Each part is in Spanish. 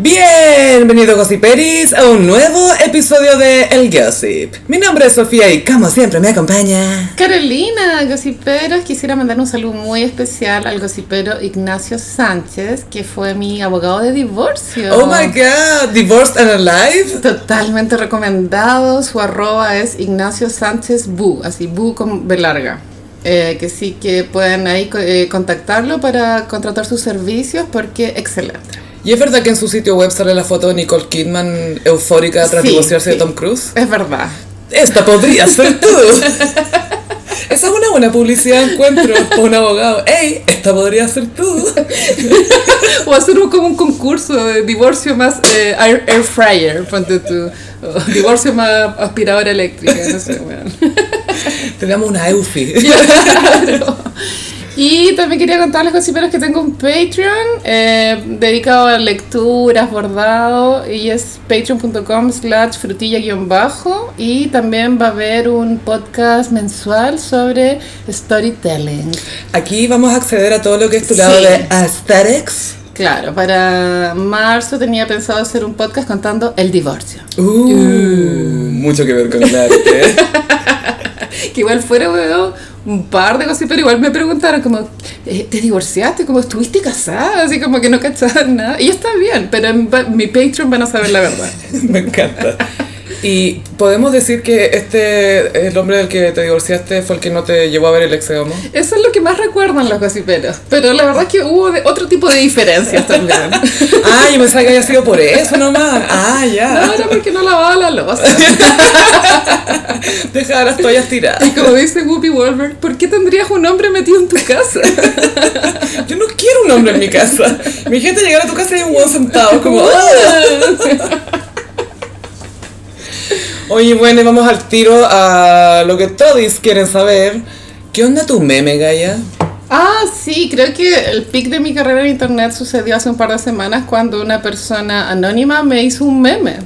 Bienvenido Gossiperis a un nuevo episodio de El Gossip. Mi nombre es Sofía y como siempre me acompaña. Carolina, gossiperos, quisiera mandar un saludo muy especial al gossipero Ignacio Sánchez, que fue mi abogado de divorcio. Oh my god, divorced and alive. Totalmente recomendado, su arroba es Ignacio Sánchez Bu, así Bu con B larga. Eh, que sí que pueden ahí eh, contactarlo para contratar sus servicios porque excelente. ¿Y es verdad que en su sitio web sale la foto de Nicole Kidman eufórica tras Sí, divorciarse sí. de Tom Cruise? Es verdad. Esta podría ser tú. Esa es una buena publicidad encuentro por un abogado. ¡Ey! Esta podría ser tú. O hacer un- como un concurso de divorcio más eh, air, air fryer, ponte tú. O divorcio más aspiradora eléctrica, no sé, weón. Tenemos una Eufi. Claro. Y también quería contarles, gossiperos, que tengo un Patreon eh, dedicado a lecturas, bordado, y es patreon.com slash frutilla-bajo. Y también va a haber un podcast mensual sobre storytelling. Aquí vamos a acceder a todo lo que es tu lado Sí. de aesthetics. Claro, para marzo tenía pensado hacer un podcast contando el divorcio. Uh, Mucho que ver con el arte. ¿eh? Que igual fuera, weón, un par de cosas, pero igual me preguntaron como, eh, ¿te divorciaste? Como, ¿estuviste casada? Así como que no cachaban nada. Y está bien, pero en va- mi Patreon van a saber la verdad. Me encanta. Y podemos decir que este, el hombre del que te divorciaste fue el que no te llevó a ver el exeomo. Eso es lo que más recuerdan los gossiperos. Pero la verdad es que hubo de- otro tipo de diferencias también. Ah, yo pensaba que había sido por eso nomás. Ah, No, ya. era porque no lavaba la losa. Deja las toallas tiradas. Y como dice Whoopi Wolver, ¿por qué tendrías un hombre metido en tu casa? Yo no quiero un hombre en mi casa. Mi gente llegar a tu casa y hay un buen sentado. Como, "Ah". Oye, bueno, y vamos al tiro a lo que todos quieren saber. ¿Qué onda tu meme, Gaia? Ah, sí, creo que el pic de mi carrera en internet sucedió hace un par de semanas cuando una persona anónima me hizo un meme.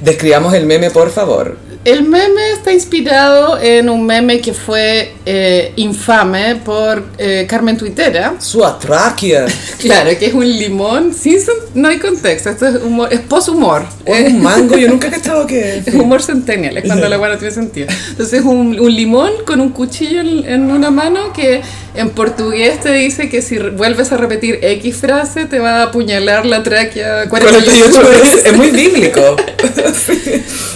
Describamos el meme, por favor. El meme está inspirado en un meme que fue eh, infame por eh, Carmen Tuitera. Su atraquia. Claro, que es un limón sin sen- no hay contexto, esto es humor, es post-humor. O es un mango, yo nunca he cachado que Es humor centennial, es cuando la guana tiene sentido. Entonces, un, un limón con un cuchillo en, en una mano que en portugués te dice que si re- vuelves a repetir X frase te va a apuñalar la tráquea 48 veces. Es muy bíblico.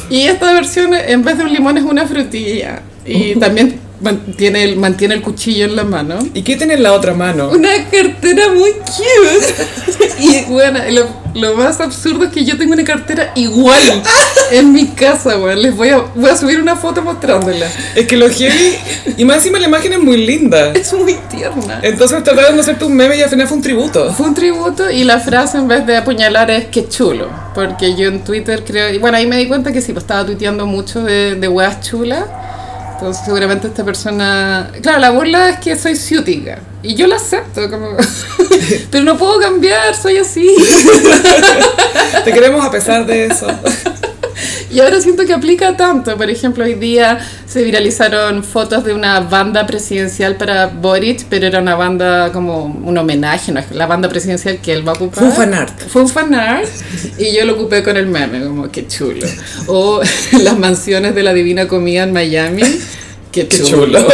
Y esta versión, en vez de un limón, es una frutilla. Y también mantiene el, mantiene el cuchillo en la mano. ¿Y qué tiene en la otra mano? Una cartera muy cute. Y bueno, lo, lo más absurdo es que yo tengo una cartera igual en mi casa, weón. Les voy a, voy a subir una foto mostrándola. Es que lo heavy. Y más encima la imagen es muy linda. Es muy tierna. Entonces trataron de hacerte un meme y al final fue un tributo. Fue un tributo y la frase en vez de apuñalar es que chulo. Porque yo en Twitter creo. Y bueno, ahí me di cuenta que sí, pues estaba tuiteando mucho de, de weas chulas. Entonces, seguramente esta persona. Claro, la burla es que soy ciútica. Y yo la acepto, como. Pero no puedo cambiar, soy así. Te queremos a pesar de eso. Y ahora siento que aplica tanto. Por ejemplo, hoy día se viralizaron fotos de una banda presidencial para Boric, pero era una banda como un homenaje, no es la banda presidencial que él va a ocupar. Fue un fanart. Fue un fanart y yo lo ocupé con el meme, como que chulo. O las mansiones de la divina comida en Miami. Qué Qué chulo. chulo.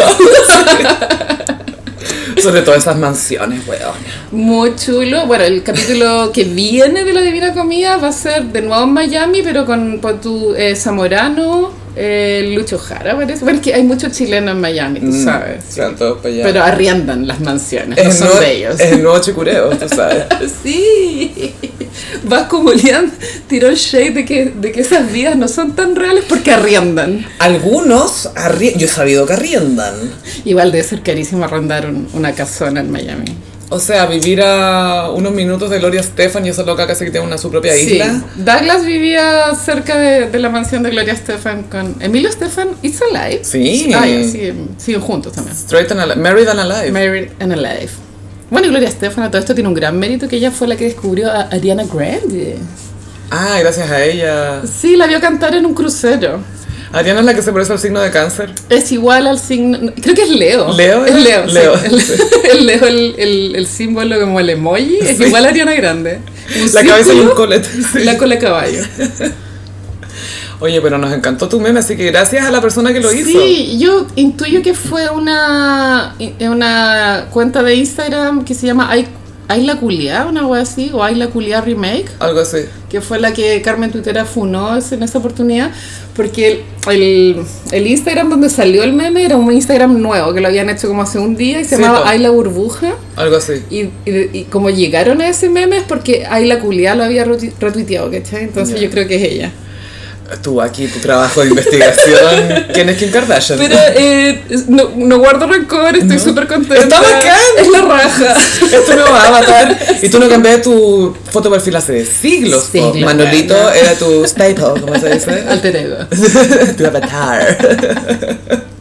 Sobre todo esas mansiones, weón. Muy chulo. Bueno, el capítulo que viene de la Divina Comida va a ser de nuevo en Miami, pero con, con tu eh, Zamorano, eh, Lucho Jara, parece. Bueno, es que hay muchos chilenos en Miami, Mm, tú sabes. Santo para allá. Pero arriendan las mansiones, no es, son el nuevo- de ellos. es el nuevo chicureo, tú sabes. Sí, Vasco Mulián tiró el shade de que, de que esas vidas no son tan reales porque arriendan. Algunos, arri- yo he sabido que arriendan. Igual debe ser carísimo arrendar un- una casona en Miami. O sea, vivir a unos minutos de Gloria Estefan y esa loca casi que tiene una su propia isla. Sí. Douglas vivía cerca de, de la mansión de Gloria Estefan con Emilio Estefan It's Alive. Sí. Ah, ya, sí, siguen juntos también. Straight and alive. Married and alive. Married and Alive. Bueno, y Gloria Estefan a todo esto tiene un gran mérito que ella fue la que descubrió a Ariana Grande. ah, gracias a ella. Sí, la vio cantar en un crucero. Ariana es la que se parece al signo de cáncer. Es igual al signo. Creo que es Leo. ¿Leo Es es? Leo. sí. Leo, El, sí. el Leo, el, el- el símbolo como el emoji, es Sí. igual a Ariana Grande. Uh. Un La cabeza y un círculo colete. y la cola de caballo. Oye, pero nos encantó tu meme, así que gracias a la persona que lo hizo. Sí, yo intuyo que fue una, eh, una cuenta de Instagram que se llama Ay, Ay la Culiá, una wea así, o Ay la Culiá Remake, Algo así. que fue la que Carmen Tuitera funó en esa oportunidad, porque el, el, el Instagram donde salió el meme era un Instagram nuevo, que lo habían hecho como hace un día, y se Sí, llamaba po. Ay la Burbuja. Algo así. Y, y- y como llegaron a ese meme es porque Ay la Culiá lo había retu- retuiteado, ¿cachai? Entonces yo creo que es ella. Tú aquí, tu trabajo de investigación. ¿Quién es Kim Kardashian? Pero eh, no, no guardo rencor, estoy súper contenta. Está bacán. Es la raja. Es tu nuevo avatar. Y tú no cambiaste tu foto de perfil hace siglos. po. Siglos, Manolito bueno. era tu staple, como se dice. Alter ego. tu avatar.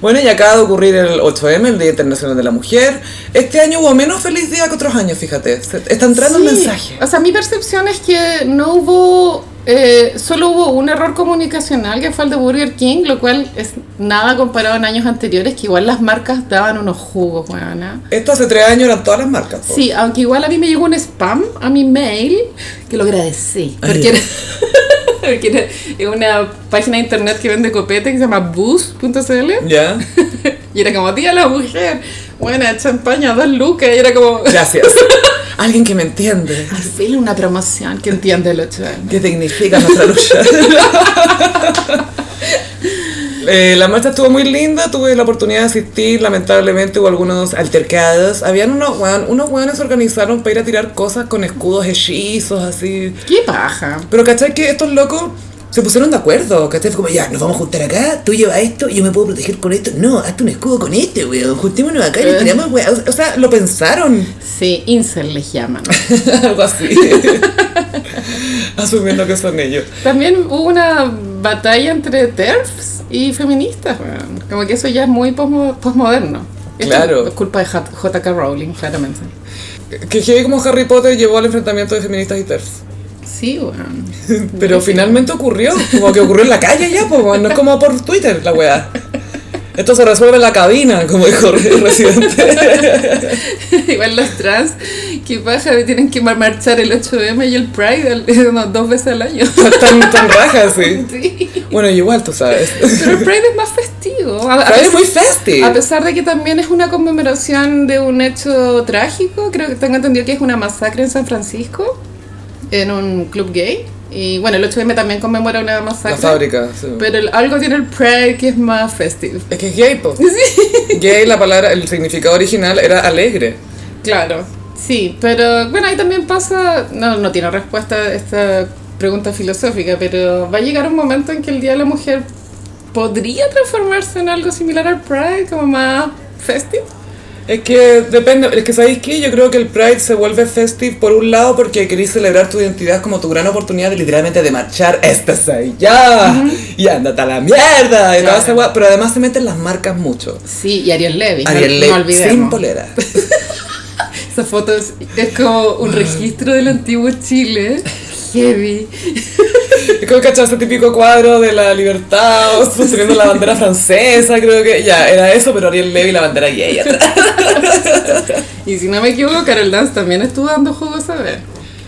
Bueno, y acaba de ocurrir el 8M, el Día Internacional de la Mujer. Este año hubo menos feliz día que otros años, fíjate. Se- Está entrando un Sí, mensaje. O sea, mi percepción es que no hubo. eh, solo hubo un error comunicacional que fue el de Burger King, lo cual es nada comparado en años anteriores, que igual las marcas daban unos jugos, weona. Esto hace tres años eran todas las marcas. po. Sí, aunque igual a mí me llegó un spam a mi mail, que lo agradecí. Ay, Porque era, porque era- es una página de internet que vende copete que se llama boost.cl. ¿Ya? Y era como, tía la mujer, buena champaña, dos lucas. Y era como, Gracias. Alguien que me entiende. al fin una promoción que entiende el 8M. ¿Qué significa nuestra lucha? Eh, la marcha estuvo muy linda, tuve la oportunidad de asistir, lamentablemente hubo algunos altercados. Habían unos weón, unos weones se organizaron para ir a tirar cosas con escudos hechizos, así. ¿Qué paja? Pero ¿cachai que estos locos se pusieron de acuerdo? ¿Cachai? Fue como, ya, nos vamos a juntar acá, tú llevas esto, yo me puedo proteger con esto. No, hazte un escudo con este, weón, juntémonos acá y le tiramos, weón. O sea, lo pensaron. Sí, incel les llaman. Algo así. Asumiendo que son ellos. También hubo una batalla entre TERFs y feministas. weón. Como que eso ya es muy posmo- posmoderno. Esto Claro. Es culpa de J- JK Rowling, claramente. Que heavy como Harry Potter llevó al enfrentamiento de feministas y TERFs. Sí, weón. Pero finalmente ocurrió, como que ocurrió en la calle ya, pues weón, no es como por Twitter la weá. Esto se resuelve en la cabina, como dijo el residente. Igual los trans, qué paja, tienen que mar- marchar el 8M y el Pride al- no, dos veces al año. Tan, tan raja, sí. Sí. Bueno, y igual tú sabes. Pero el Pride es más festivo. A, a Pero es pesar- muy festi. a pesar de que también es una conmemoración de un hecho trágico, creo que tengo entendido que es una masacre en San Francisco, en un club gay. Y bueno, el 8M también conmemora una La masacre. fábrica, sí. Pero el- algo tiene el Pride que es más festivo. Es que es gay, pues. Gay, la palabra, el significado original era alegre. Claro, sí, pero bueno, ahí también pasa, no, no tiene respuesta esta pregunta filosófica, pero va a llegar un momento en que el Día de la Mujer podría transformarse en algo similar al Pride, como más festivo. Es que depende, es que sabéis que yo creo que el Pride se vuelve festive por un lado porque queréis celebrar tu identidad como tu gran oportunidad de literalmente de marchar esta soy yo y ándate a la mierda y toda Claro. esa gua- pero además se meten las marcas mucho. Sí, y Ariel Levy, Ariel no, Levy, no sin olvidemos. polera. Esa foto es, es como un registro del antiguo Chile, heavy. Es como cachar ese típico cuadro de la libertad o sosteniendo la bandera francesa, creo que ya era eso, pero Ariel Levy la bandera gay atrás. Y si no me equivoco, Carol Dance también estuvo dando jugo esa vez.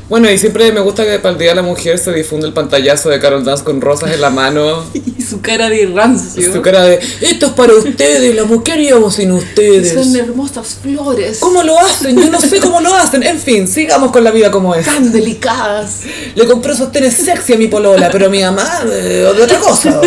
Bueno, y siempre me gusta que para el Día de la Mujer se difunde el pantallazo de Carol Dance con rosas en la mano. Y su cara de rancio. Su cara de, esto es para ustedes, la mujer íbamos sin Son ustedes. hermosas flores. ¿Cómo lo hacen? Yo no sé cómo lo hacen. En fin, sigamos con la vida como es. tan delicadas. Le compré sostenes sexy a mi polola, pero mi mamá, eh, de otra cosa.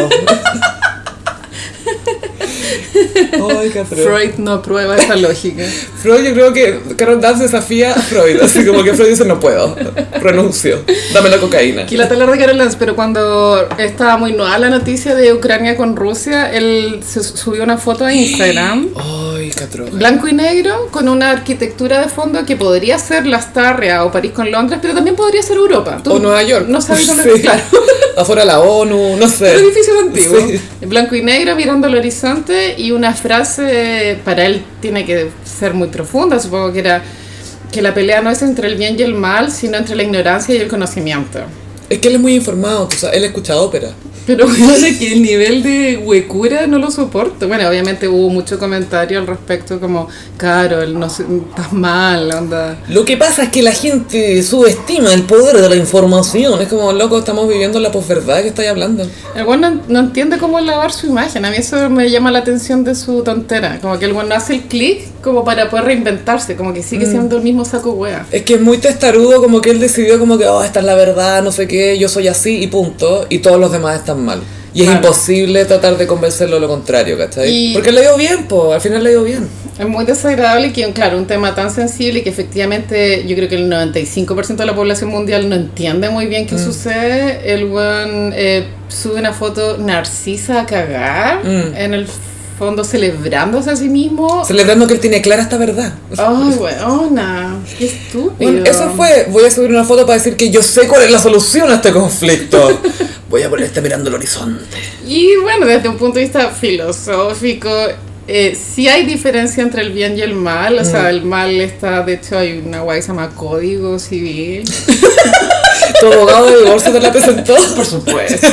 Ay, qué atroz. Freud no aprueba esa lógica. Freud, yo creo que Carol Dance desafía a Freud. Así como que Freud dice, no puedo, renuncio, dame la cocaína. Aquí la talar de Carol Dance, pero cuando estaba muy nueva la noticia de Ucrania con Rusia, él se su- subió una foto a Instagram, Ay, qué atroz. blanco y negro, con una arquitectura de fondo que podría ser Las Tarria o París con Londres, pero también podría ser Europa. Tú O Nueva York. No sabes dónde Sí. claro. Afuera la ONU, no sé. Los edificios antiguos. Sí. En blanco y negro mirando el horizonte y una frase para él tiene que ser muy profunda, supongo que era que la pelea no es entre el bien y el mal, sino entre la ignorancia y el conocimiento. Es que él es muy informado, o sea, él escucha ópera. Pero yo sé que el nivel de huecura no lo soporto. Bueno, obviamente hubo mucho comentario al respecto, como, Carol, no sé, estás mal, onda. Lo que pasa es que la gente subestima el poder de la información. Es como, loco, estamos viviendo la posverdad que estáis hablando. El buen no, no entiende cómo lavar su imagen. A mí eso me llama la atención de su tontera. Como que el buen no hace el clic como para poder reinventarse. Como que Mm. sigue siendo el mismo saco hueá. Es que es muy testarudo, como que él decidió como que, oh, esta es la verdad, no sé qué, yo soy así y punto. Y todos los demás están mal. Y es Claro. imposible tratar de convencerlo de lo contrario, ¿cachai? Y- Porque le dio bien, po, al final le dio bien. Es muy desagradable que, claro, un tema tan sensible y que efectivamente yo creo que el 95% de la población mundial no entiende muy bien Mm. qué sucede. El weón eh, sube una foto narcisa a cagar, Mm. en el fondo celebrándose a sí mismo. Celebrando que él tiene clara esta verdad. Ay, weona, qué estúpido. Bueno, eso fue, voy a subir una foto para decir que yo sé cuál es la solución a este conflicto. Voy a poner este mirando el horizonte. Y bueno, desde un punto de vista filosófico, eh, sí hay diferencia entre el bien y el mal. O Mm. sea, el mal está, de hecho, hay una guay que se llama Código Civil. Tu abogado de divorcio te la presentó. Por supuesto.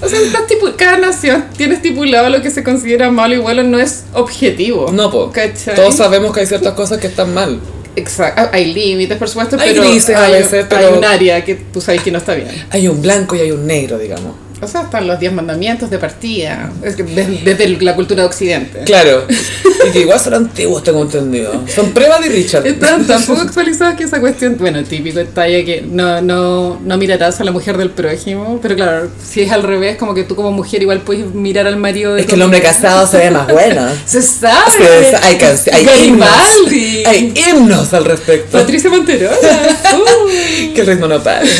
o sea, está tipu- cada nación tiene estipulado lo que se considera malo y bueno, no es objetivo. No, po. ¿Cachai? Todos sabemos que hay ciertas cosas que están mal. Exacto. Hay límites, por supuesto, Hay pero, grises a hay, veces, pero- hay un área que tú sabes que no está bien. Hay un blanco y hay un negro, digamos. O sea, están los diez mandamientos de partida, es que desde, desde la cultura de Occidente. Claro. Y que igual son antiguos, tengo entendido. Son pruebas de Richard. Están tan poco actualizados que esa cuestión, bueno, típico detalle que no, no, no mirarás a la mujer del prójimo, pero claro, si es al revés, como que tú como mujer igual puedes mirar al marido de Es tu que el hombre casado se ve más bueno. Se sabe. Se- se- hay, canci- hay Ah, Garibaldi. himnos. Hay himnos al respecto. Patricia Montero. Que el ritmo no para.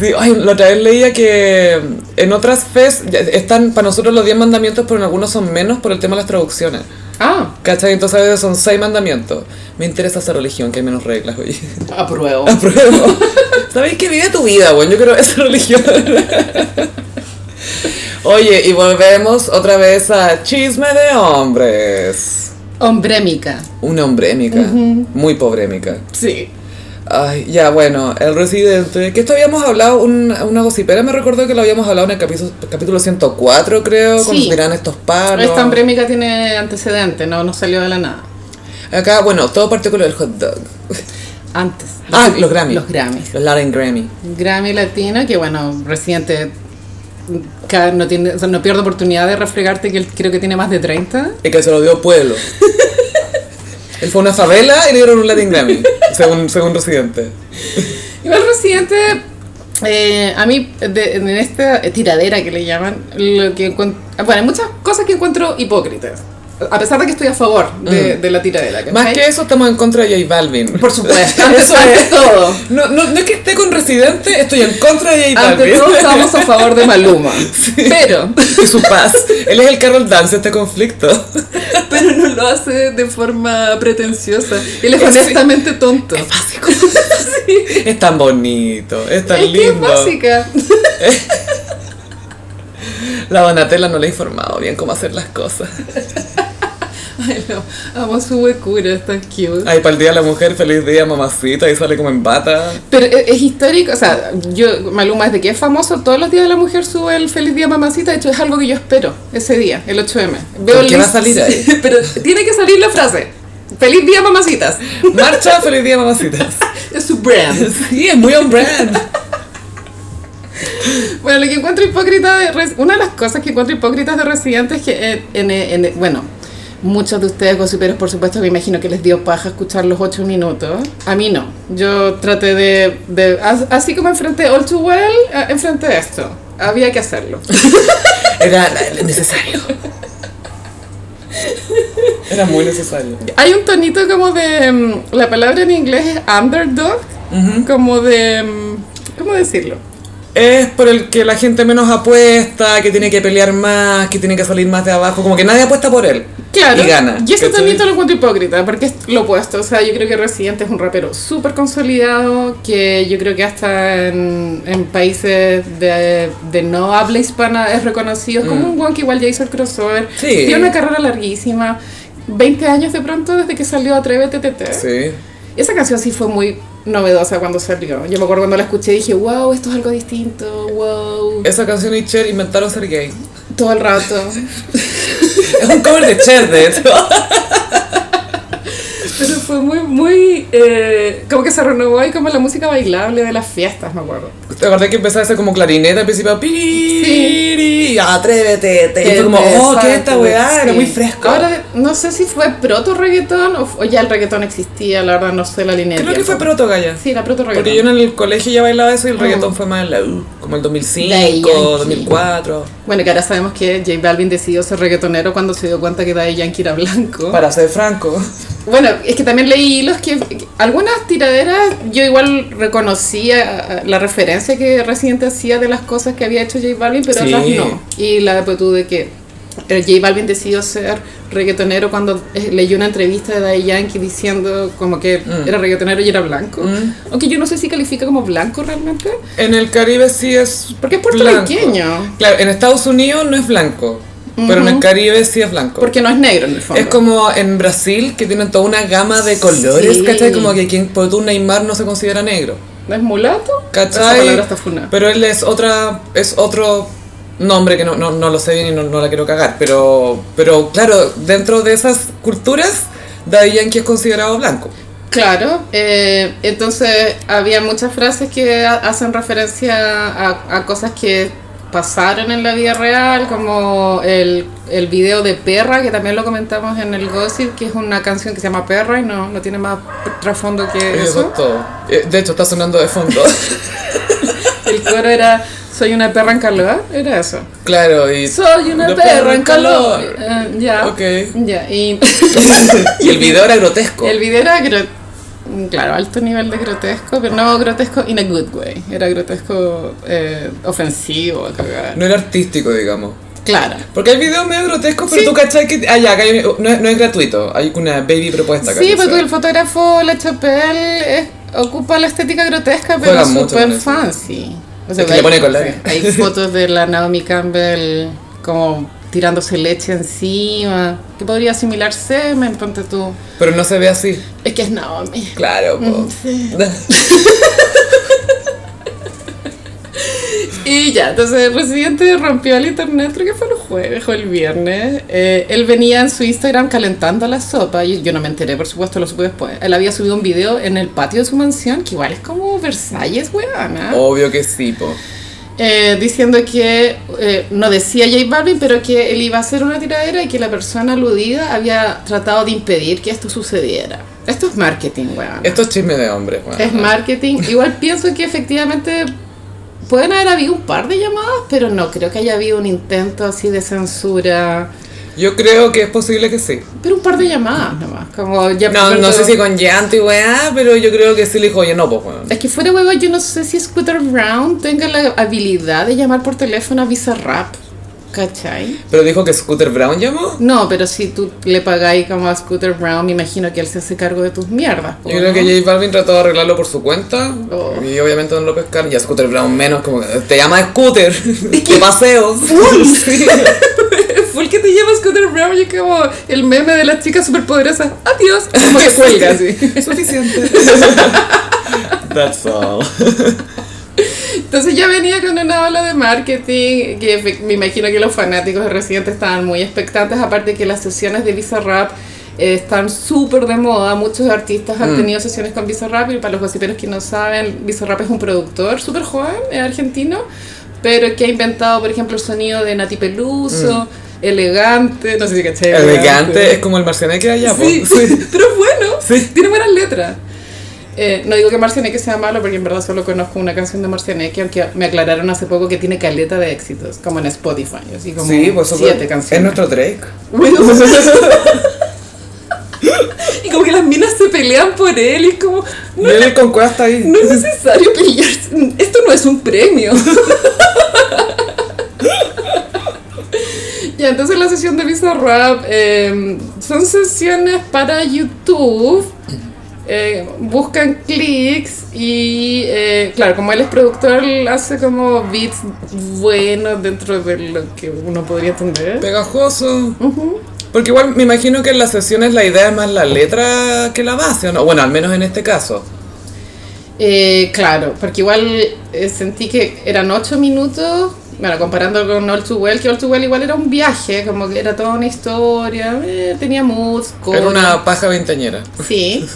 Sí, ay, la otra vez leía que en otras fes ya están para nosotros los 10 mandamientos, pero en algunos son menos por el tema de las traducciones. ah, ¿Cachai? Entonces a veces son 6 mandamientos. Me interesa esa religión, que hay menos reglas, oye. apruebo. Apruebo. ¿Sabéis que vive tu vida, bueno? Yo quiero esa religión. Oye, y volvemos otra vez a Chisme de Hombres. Hombrémica. Una hombrémica. Muy pobrémica. Sí. Ay, ya, bueno, el residente. Que esto habíamos hablado, un- una gocipera me recordó que lo habíamos hablado en el capítulo, capítulo 104, creo, Sí. cuando tiran estos palos. Ah, Esta hombrémica tiene antecedentes, no, no salió de la nada. Acá, bueno, todo partió con lo del hot dog. Antes. Ah, los Grammy. Los Grammys. Los Latin Grammy. Grammy Latino, que bueno, reciente. ca- No, tiene, o sea, no pierde oportunidad de refregarte que él creo que tiene más de 30. Y que se lo dio Pueblo. Él fue a una favela y le dieron un Latin Grammy, según, según residente. Igual Residente, eh, a mí, de- en esta tiradera que le llaman, lo que encuen- bueno, hay muchas cosas que encuentro hipócritas. A pesar de que estoy a favor de, de la tiradera. ¿cachai? Más que eso, estamos en contra de J Balvin. Por supuesto, antes, Eso antes es. todo. No, no, no es que esté con residente, estoy en contra de J Balvin. Ante todo estamos a favor de Maluma. Pero, Y su paz. Él es el Carol Dance de este conflicto. pero no lo hace de forma pretenciosa. Él es Es- honestamente tonto. Es básico. sí. Es tan bonito, es tan es que es lindo. básica. La Donatella no le ha informado bien cómo hacer las cosas. Ay, no. Amo su huecura, es tan cute. Ay, para el Día de la Mujer, feliz día, mamacita, y sale como en bata. Pero es, es histórico, o sea, yo, Maluma, desde que es famoso, todos los días de la mujer sube el Feliz Día Mamacita, de hecho es algo que yo espero ese día, el 8M. ¿Por qué el- va a salir ahí? Pero tiene que salir la frase, Feliz Día Mamacitas, Marcha, feliz día, mamacitas. es su brand. Sí, es muy on brand. Bueno, lo que encuentro hipócrita, de Res- una de las cosas que encuentro hipócritas de Residente es que, eh, en, en- bueno, muchos de ustedes, gossiperos, por supuesto, me imagino que les dio paja escuchar los 8 minutos. A mí no. Yo traté de, de- as- así como enfrenté All Too Well, eh, enfrenté esto. Había que hacerlo. Era la- necesario. Era muy necesario. Hay un tonito como de. mm, La palabra en inglés es underdog. Como de. mm, ¿Cómo decirlo? Es por el que la gente menos apuesta, que tiene que pelear más, que tiene que salir más de abajo, como que nadie apuesta por él. Claro. Y gana. Y ese ¿cachai? tonito lo encuentro hipócrita, porque es lo opuesto. O sea, yo creo que Residente es un rapero súper consolidado, que yo creo que hasta en, en países de, de no habla hispana es reconocido. Es como un guan que igual ya hizo el crossover. Mm. Sí. Tiene una carrera larguísima. 20 años de pronto desde que salió Atrévete TT. Sí. Esa canción sí fue muy novedosa cuando salió. Yo me acuerdo cuando la escuché y dije, wow, esto es algo distinto, wow. Esa canción y Cher inventaron ser gay. Todo el rato. Es un cover de Cher, de hecho. Pero fue muy, muy... eh, como que se renovó y como la música bailable de las fiestas, me acuerdo. Te acordé que empezaba a ser como clarineta al principio. Piri, atrévete. Te. Y fue como, oh, Exacto, ¿qué es esta weá? Era sí. muy fresco. Ahora, no sé si fue proto reggaetón o, o ya el reggaetón existía, la verdad no sé la línea de Creo que tiempo. fue proto Gaya. Sí, era proto reggaetón. Porque yo en el colegio ya bailaba eso y el reggaetón fue más en la U, como el Daddy 2005, Yankee. 2004. Bueno, que ahora sabemos que J Balvin decidió ser reggaetonero cuando se dio cuenta que Daddy Yankee era blanco. Para ser franco. Bueno, es que también leí hilos que que algunas tiraderas yo igual reconocía eh, la referencia que Residente hacía de las cosas que había hecho J Balvin, pero Sí. otras no. Y la pues, tú de que eh, J Balvin decidió ser reggaetonero cuando eh, leyó una entrevista de Daddy Yankee diciendo como que Mm. era reggaetonero y era blanco. Mm. Aunque yo no sé si califica como blanco realmente, En el Caribe sí es. porque es blanco. puertorriqueño. Claro, en Estados Unidos no es blanco, pero en el Caribe sí es blanco. Porque no es negro en el fondo. Es como en Brasil que tienen toda una gama de colores, Sí. ¿cachai? Como que quien por un Neymar no se considera negro, ¿No es mulato? Esa palabra ¿cachai? está funada. Pero él es otra, es otro nombre que no, no, no lo sé bien y no, no la quiero cagar, pero, pero claro, dentro de esas culturas, Daddy Yankee es considerado blanco. Claro, eh, entonces había muchas frases que ha- hacen referencia a, a cosas que pasaron en la vida real, como el, el video de Perra, que también lo comentamos en el Gossip, que es una canción que se llama Perra y no, no tiene más trasfondo que Eso eso. es todo. Eh, De hecho, está sonando de fondo. El coro era Soy una perra en calor, era eso. claro, y... Soy una De perra en calor. Eh, ya. Ok. Ya, y y el video era grotesco. El video era, gro- claro, alto nivel de grotesco, pero no grotesco in a good way. Era grotesco eh, ofensivo, a cagar. No era artístico, digamos. Claro. Porque el video es medio grotesco, pero Sí. tú cachai que. Ah, ya, acá hay- no, es- no es gratuito. Hay una baby propuesta acá. Sí, pues no sé. porque el fotógrafo La Chapelle eh, ocupa la estética grotesca, pero Juega mucho súper con eso. fancy. O Es que le hay- pone colores. Hay fotos de la Naomi Campbell como tirándose leche encima, que podría asimilar semen, ponte tú. Pero no se ve así. Es que es Naomi. Claro, po. Y ya, entonces pues, el residente rompió el internet, creo que fue el jueves o el viernes. Eh, él venía en su Instagram calentando la sopa. Y yo no me enteré, por supuesto, lo supe después. Él había subido un video en el patio de su mansión, que igual es como Versalles, weana. Obvio que sí, po. eh, diciendo que eh, no decía J Balvin, pero que él iba a hacer una tiradera y que la persona aludida había tratado de impedir que esto sucediera. Esto es marketing, weana. Esto es chisme de hombre, weón. Es marketing. Igual pienso que efectivamente pueden haber habido un par de llamadas, pero no creo que haya habido un intento así de censura. Yo creo que es posible que sí. Pero un par de llamadas nomás. Como ya No, perdón. no sé si con llanto y weá, pero yo creo que sí le dijo, oye, no, pues, weón. Es que fuera huevo, yo no sé si Scooter Brown tenga la habilidad de llamar por teléfono a Bizarrap. ¿Cachai? Pero dijo que Scooter Brown llamó. No, pero si tú le pagáis como a Scooter Brown, me imagino que él se hace cargo de tus mierdas. po, Yo creo ¿no? que J Balvin trató de arreglarlo por su cuenta. Oh. Y obviamente no lo pescaron. Y a Scooter Brown menos, como que te llama Scooter. de paseo. Sí. Fue el que te lleva Scooter Brown y como el meme de las chicas superpoderosas. Adiós. Como que cuelga así. Suficiente. That's all. Entonces ya venía con una ola de marketing que efe- me imagino que los fanáticos de Residente estaban muy expectantes, aparte que las sesiones de Bizarrap eh, están súper de moda, muchos artistas han Mm. tenido sesiones con Bizarrap y para los gossiperos que no saben, Bizarrap es un productor súper joven, es argentino, pero que ha inventado, por ejemplo, el sonido de Nati Peluso, elegante, no sé si caché. Mm. Elegante es como el marcianeque allá, po. Sí, pues, Sí. pero es bueno, Sí. tiene buenas letras. Eh, no digo que Marcianeque sea malo, porque en verdad solo conozco una canción de Marcianeque, aunque me aclararon hace poco que tiene caleta de éxitos, como en Spotify, así como Sí, pues, por supuesto. siete Es canciones. nuestro Drake. y como que las minas se pelean por él, y es como, Y él con cuesta ahí. no es necesario pelearse, esto no es un premio. Ya, entonces la sesión de Bizarrap eh, son sesiones para YouTube. eh, buscan clics y eh, claro, como él es productor, él hace como beats buenos dentro de lo que uno podría entender. Pegajoso. Porque igual me imagino que en las sesiones la idea es más la letra que la base, ¿o no? Bueno, al menos en este caso. Eh, claro, porque igual eh, sentí que eran ocho minutos, bueno, comparando con All Too Well, que All Too Well igual era un viaje, como que era toda una historia, eh, tenía mood, Era una paja ventañera. Sí.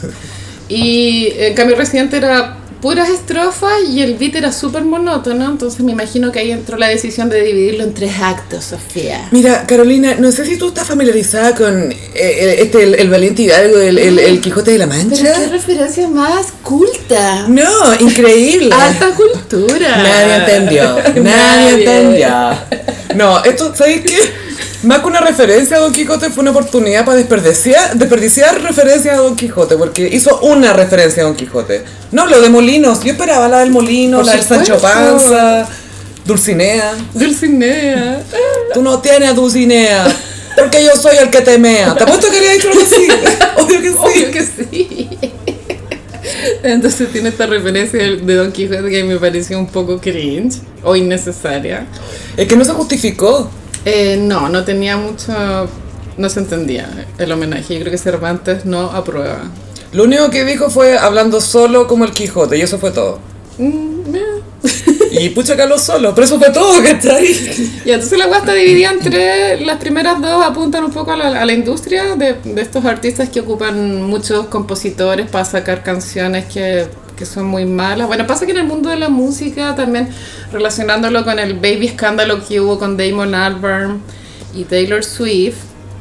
Y en cambio Residente era puras estrofas y el beat era súper monótono, entonces me imagino que ahí entró la decisión de dividirlo en tres actos, Sofía. Mira, Carolina, no sé si tú estás familiarizada con eh, eh, este, el, el valiente hidalgo, el, el- el Quijote de la Pero qué Mancha. referencia más culta. No, increíble. Alta cultura. Nadie entendió. Nadie, Nadie. entendió. No, esto, ¿sabes qué? Más que una referencia a Don Quijote fue una oportunidad para desperdiciar, desperdiciar referencias a Don Quijote, porque hizo una referencia a Don Quijote. No, lo de Molinos, yo esperaba la del Molino, Por la del Sancho supuesto. Panza, Dulcinea. Dulcinea. Tú no tienes a Dulcinea, porque yo soy el que temea. Te apuesto que haría dicho que sí. Obvio que sí. Obvio que sí. Entonces tiene esta referencia de de Don Quijote que me pareció un poco cringe o innecesaria. Es que no se justificó. Eh, no, no tenía mucho. No se entendía el homenaje. Yo creo que Cervantes no aprueba. Lo único que dijo fue hablando solo como el Quijote, y eso fue todo. Mm, meh. Y pucha Carlos solo, pero eso fue todo, ¿cachai? Y entonces la weá está dividida entre las primeras dos, apuntan un poco a la, a la industria de, de estos artistas que ocupan muchos compositores para sacar canciones que, que son muy malas. Bueno, pasa que en el mundo de la música también, relacionándolo con el baby escándalo que hubo con Damon Albarn y Taylor Swift,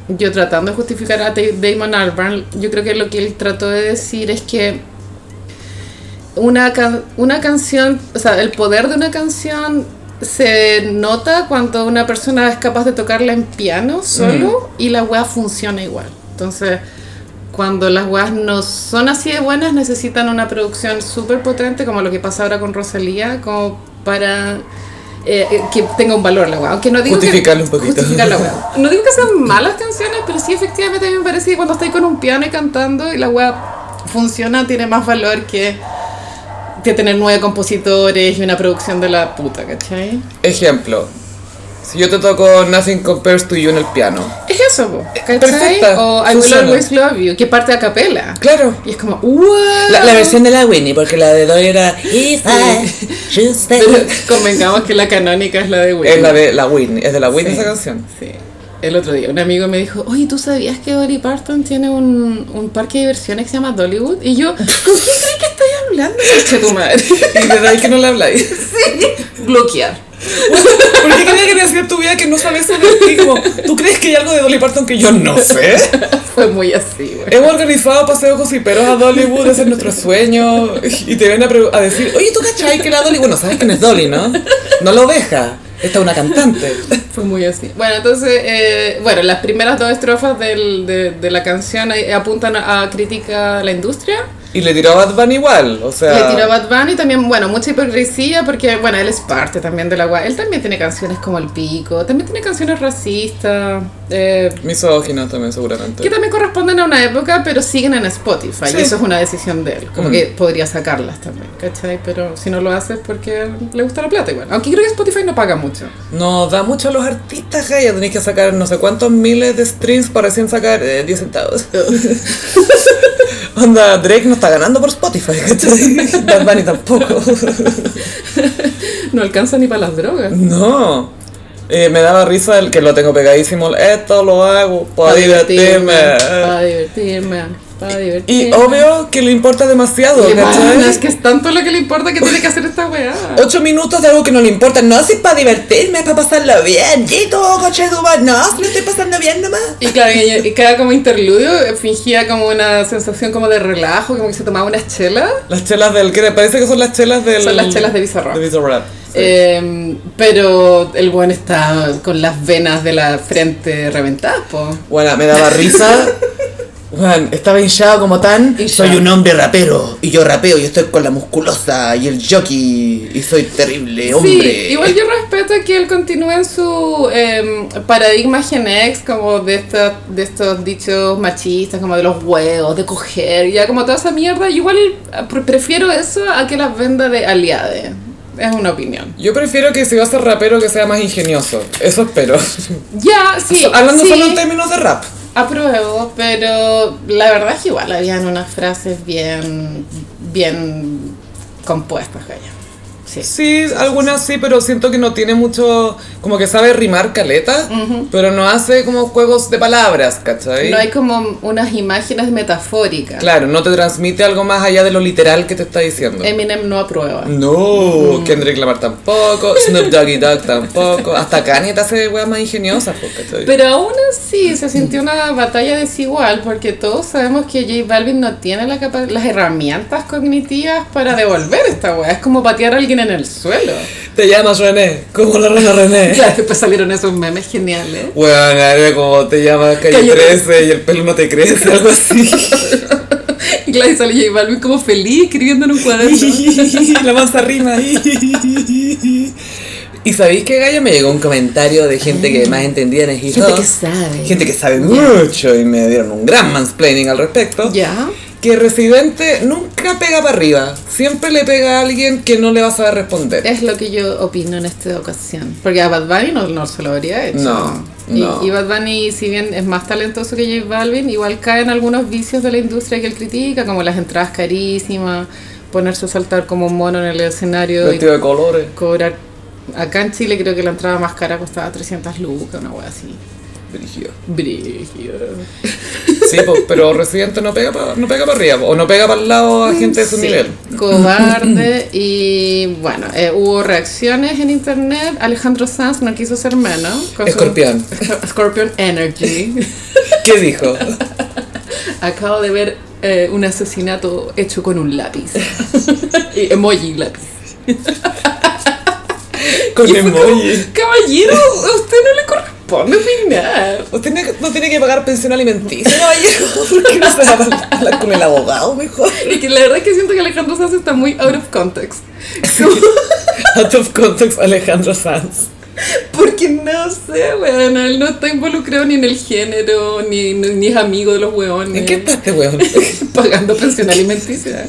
yo tratando de justificar a Ta- Damon Albarn, yo creo que lo que él trató de decir es que una, can- una canción, o sea, el poder de una canción se nota cuando una persona es capaz de tocarla en piano solo y la weá funciona igual. Entonces, cuando las weas no son así de buenas, necesitan una producción súper potente, como lo que pasa ahora con Rosalía, como para eh, eh, que tenga un valor la wea. Aunque no digo que- Justificarlo un poquito. justificar la wea. No digo que sean malas canciones, pero sí efectivamente a mí me parece que cuando estoy con un piano y cantando y la wea funciona, tiene más valor que que tener nueve compositores y una producción de la puta, ¿cachai? Ejemplo. Si yo te toco Nothing Compares to You en el piano. Es eso, po, ¿cachai? Eh, perfecta, o I Will funciona. Always Love You, que parte a capela. Claro. Y es como, ¡wow! de la Winnie, porque la de Doy era... Pero convengamos que la canónica es la de Will. Es la de la Winnie, es de la Winnie Sí. esa canción. Sí. El otro día un amigo me dijo, oye, ¿tú sabías que Dolly Parton tiene un, un parque de diversiones que se llama Dollywood? Y yo, ¿con quién crees que estoy hablando? Concha tu madre. Y de ahí que no la habláis. Bloquear. ¿Por qué crees que decir tu vida que no sabes sobre ti? Como, ¿Tú crees que hay algo de Dolly Parton que yo no sé? Fue muy así, güey. Hemos organizado paseos gossiperos a Dollywood, ese es nuestro sueño. Y te ven a, pre- a decir, oye, ¿tú cachai que la Dolly? Bueno, sabes quién es Dolly, ¿no? No lo deja. Esta es una cantante. Fue muy así. Bueno, entonces, eh, bueno, las primeras dos estrofas del- de, de la canción eh, apuntan a, a crítica a la industria. Y le tiró a Bad Bunny igual, o sea... Le tiró a Bad Bunny también, bueno, mucha hipocresía porque, bueno, él es parte también de la gua. Él también tiene canciones como El Pico, también tiene canciones racistas, eh, Misógino también, seguramente. que también corresponden a una época, pero siguen en Spotify. Sí. Y eso es una decisión de él. Como Mm. que podría sacarlas también, ¿cachai? Pero si no lo hace es porque le gusta la plata igual. Aunque creo que Spotify no paga mucho. No, da mucho a los artistas, Jaya. Tenéis que sacar no sé cuántos miles de streams para recién sacar eh, 10 centavos. Onda, Drake no está ganando por Spotify, ¿cachai? Bad Bunny tampoco. No alcanza ni para las drogas. No. Eh, me daba risa el que lo tengo pegadísimo. Esto lo hago para Pa' divertirme. Para divertirme. Para divertirme. Y obvio que le importa demasiado, Y bueno, es ¿cachai? que es tanto lo que le importa que tiene que hacer esta weá. Ocho minutos de algo que no le importa. No, si es para divertirme, es para pasarlo bien. Y tú, coche de Uber, no, si lo estoy pasando bien nomás. Y claro, y, y cada como interludio eh, fingía como una sensación como de relajo, como que se tomaba unas chelas. Las chelas del que parece que son las chelas del. Son las chelas de Bizarrap. De Bizarrap. Eh, pero el buen está con las venas de la frente reventadas, po. Bueno, me daba risa. Bueno, estaba hinchado como tan. Hinchado. Soy un hombre rapero. Y yo rapeo y estoy con la musculosa y el jockey. Y soy terrible hombre. Sí, igual yo respeto que él continúe en su eh, paradigma Gen X, como de, esta- de estos dichos machistas, como de los huevos, de coger, ya como toda esa mierda. Yo Igual eh, pre- prefiero eso a que las venda de aliade. Es una opinión. Yo prefiero que si va a ser rapero que sea más ingenioso. Eso espero. Ya, sí. Hablando sí, solo en términos de rap. Apruebo, pero la verdad es que igual habían unas frases bien, bien compuestas, Gaya. Sí. Sí, algunas sí, pero siento que no tiene mucho. Como que sabe rimar caleta, pero no hace como juegos de palabras, ¿cachai? No hay como unas imágenes metafóricas. Claro, no te transmite algo más allá de lo literal que te está diciendo. Eminem no aprueba. No, Mm. Kendrick Lamar tampoco, Snoop Doggy Dogg tampoco, hasta Kanye te hace weas más ingeniosas, po, ¿cachai? Pero aún así se sintió una batalla desigual porque todos sabemos que J Balvin no tiene la capa- las herramientas cognitivas para devolver esta wea. Es como patear a alguien en el suelo. Te llamas René, como la reina René. Ya después salieron esos memes geniales. Weón, era como te llamas calle Calle 13 y el pelo no te crece, algo así. Y claro, y sale J Balvin como feliz escribiendo en un cuaderno. la mansa rima. y sabéis que Gallo me llegó un comentario de gente que más entendía en el hip Mm. Gente hop. que sabe. Gente que sabe mucho y me dieron un gran mansplaining al respecto. Ya. Que Residente nunca pega para arriba. Siempre le pega a alguien que no le va a saber responder. Es lo que yo opino en esta ocasión. Porque a Bad Bunny no, no se lo habría hecho. No, Y- no. Y, Bad Bunny, si bien es más talentoso que J Balvin, igual caen algunos vicios de la industria que él critica, como las entradas carísimas, ponerse a saltar como un mono en el escenario y Vestido de colores. cobrar. Acá en Chile creo que la entrada más cara costaba 300 lucas, una wea así. Brígido. Brígido. Sí, po, pero Residente no pega para no pega pa arriba. po, O no pega para el lado a gente de su Sí, nivel. Cobarde. Y bueno, eh, hubo reacciones en internet. Alejandro Sanz no quiso ser menos. con su- Escorpión. Sc- Scorpion Energy. ¿Qué dijo? Acabo de ver eh, un asesinato hecho con un lápiz. Y emoji lápiz. Con Y fue como, emoji. Caballero, a usted no le corresponde opinar. Usted no, no tiene que pagar pensión alimenticia, caballero. ¿Por qué no se va a hablar con el abogado mejor? Y que la verdad es que siento que Alejandro Sanz está muy out of context. Out of context, Alejandro Sanz. Porque no sé, weón, él no está involucrado ni en el género, ni, ni- ni es amigo de los weones. ¿En qué está este weón? pagando pensión alimenticia.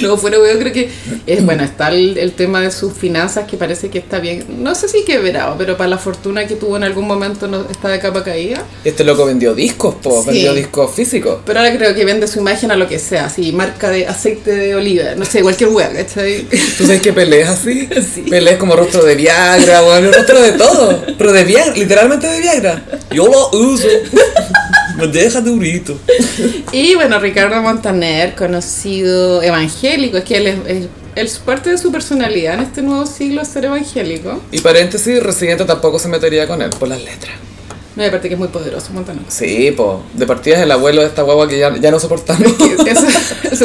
No, fuera weón, creo que es bueno, está el, el tema de sus finanzas que parece que está bien, no sé si quebrado, pero para la fortuna que tuvo en algún momento no está de capa caída. Este loco vendió discos, po. Sí. Vendió discos físicos. Pero ahora creo que vende su imagen a lo que sea, así, marca de aceite de oliva, no sé, cualquier weón, ¿cachai? ¿Tú sabes que peleas así? Sí. Peleas como rostro de Viagra, weón. Rostro de todo. Pero de Viagra, literalmente de Viagra. Yo lo uso. Me deja durito. Y bueno, Ricardo Montaner, conocido evangélico, es que él es, es- es parte de su personalidad en este nuevo siglo es ser evangélico. Y paréntesis, Residente tampoco se metería con él por las letras. No, y aparte que es muy poderoso Montaner. Sí, po. De partida es el abuelo de esta guagua que ya, ya no soportamos. Eso,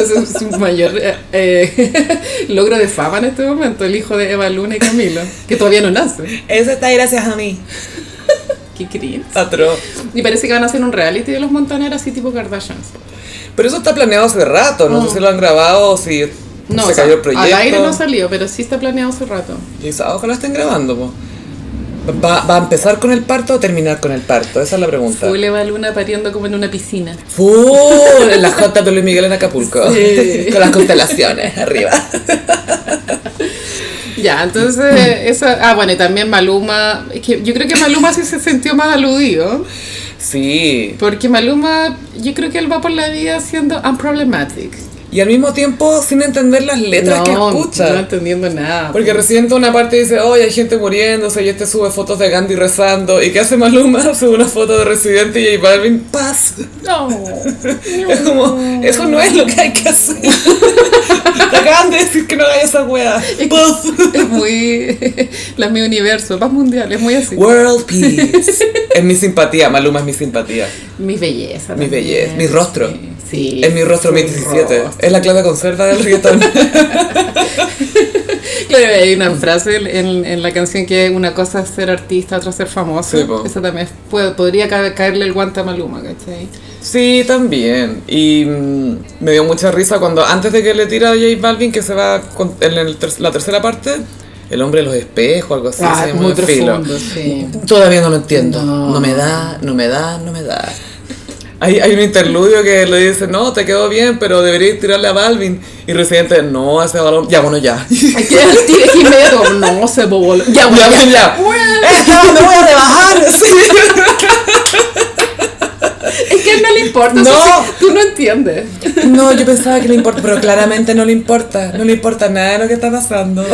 eso es su mayor eh, logro de fama en este momento, el hijo de Eva Luna y Camilo, que todavía no nace. Eso está gracias a mí. Qué cringe. Atroz. Y parece que van a hacer un reality de los Montaner así tipo Kardashians. Pero eso está planeado hace rato, no sé si lo han grabado o si Mm. No, se o sea, cayó el proyecto. al aire no salió, pero sí está planeado hace rato. Quizá, ojalá estén grabando, po. ¿Va, va a empezar con el parto o terminar con el parto? Esa es la pregunta. Full Eva Luna pariendo como en una piscina. Full, en las J de Luis Miguel en Acapulco. Sí. Con las constelaciones arriba. Ya, entonces, esa, ah, bueno, y también Maluma, es que yo creo que Maluma sí se sintió más aludido, Sí. porque Maluma, yo creo que él va por la vida siendo unproblematic. Y al mismo tiempo sin entender las letras que escucha. no entendiendo nada. Porque reciente una parte dice, oye, hay gente muriéndose y este sube fotos de Gandhi rezando. ¿Y qué hace Maluma? Sube una foto de Residente y J Balvin, paz. No. Es como, eso no es lo que hay que hacer. Te acaban de decir que no hagas esa wea. Puff. Es muy. La mi universo, paz mundial, es muy así. World peace. Es mi simpatía, Maluma es mi simpatía. Mi belleza. Mi también. belleza, mi rostro. Sí. Es mi rostro, mi 17. Es la clave conserva del reggaetón. Claro, hay una frase en, en- en la canción que una cosa es ser artista, otra es ser famoso. Sí, po. Esa también es- puede- podría ca- caerle el guante a Maluma, ¿cachai? Sí, también. Y mm, me dio mucha risa cuando antes de que le tira a J Balvin, que se va con- en el ter- la tercera parte, el hombre de los espejos, algo así. Ah, se es llama muy el filo. profundo, sí. Todavía no lo entiendo. No. No. me da, no me da, no me da. Hay, hay un interludio que le dice, no, te quedó bien, pero deberías tirarle a Balvin. Y Residente, no, a ese balón, ya, bueno, ya. ya, Es que el tío es inmediato, como, no se bobó. Ya, bueno, bueno, ya. Bueno. ¡Esta no voy a rebajar! Sí. Es que él no le importa. o sea, No. sí, tú no entiendes. No, yo pensaba que le importa, pero claramente no le importa. No le importa nada de lo que está pasando.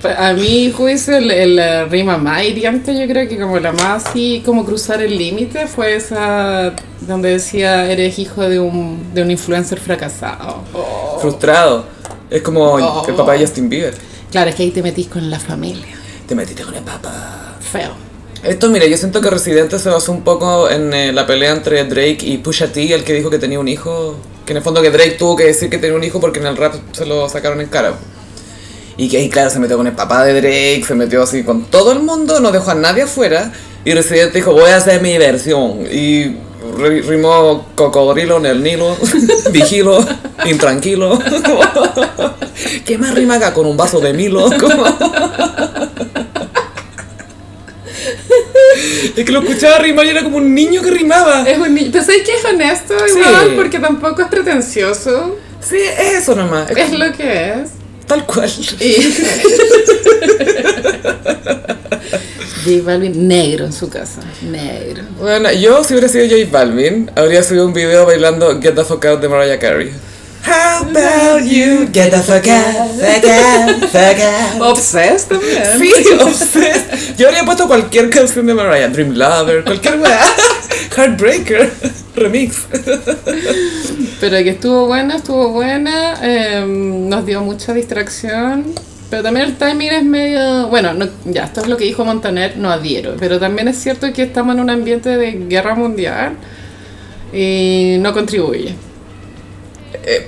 Pues, A mi juicio, el- el- la rima más hiriente, yo creo que como la más así, como cruzar el límite, fue esa donde decía, eres hijo de un, de un influencer fracasado. Oh. Frustrado. Es como Oh. el papá de Justin Bieber. Claro, es que ahí te metís con la familia. Te metiste con el papá. Feo. Esto, mira, yo siento que Residente se basó un poco en eh, la pelea entre Drake y Pusha T, el que dijo que tenía un hijo. Que en el fondo que Drake tuvo que decir que tenía un hijo porque en el rap se lo sacaron en cara. Y que ahí, claro, se metió con el papá de Drake, se metió así con todo el mundo, no dejó a nadie afuera. Y Residente dijo, voy a hacer mi versión. Y ri- rimó cocodrilo en el Nilo, vigilo, intranquilo. ¿Qué más rima acá con un vaso de Milo? Como- Es que lo escuchaba rimar y era como un niño que rimaba. Es un niño. Pero ¿sabes que es honesto Sí. igual? Porque tampoco es pretencioso. Sí, es eso nomás. Es Es lo que es. tal cual. Y... J Balvin negro en su casa. Negro. Bueno, yo si hubiera sido J Balvin, habría subido un video bailando Get the Fuck Out de Mariah Carey. How about you get the fuck out, fuck out, fuck out. Obsessed también. Sí, obsessed. Yo habría puesto cualquier canción de Mariah, Dream Lover, cualquier weá. Heartbreaker, remix. Pero que estuvo buena, estuvo buena, eh, nos dio mucha distracción. Pero también el timing es medio... Bueno, no- ya, esto es lo que dijo Montaner, no adhiero. Pero también es cierto que estamos en un ambiente de guerra mundial y no contribuye.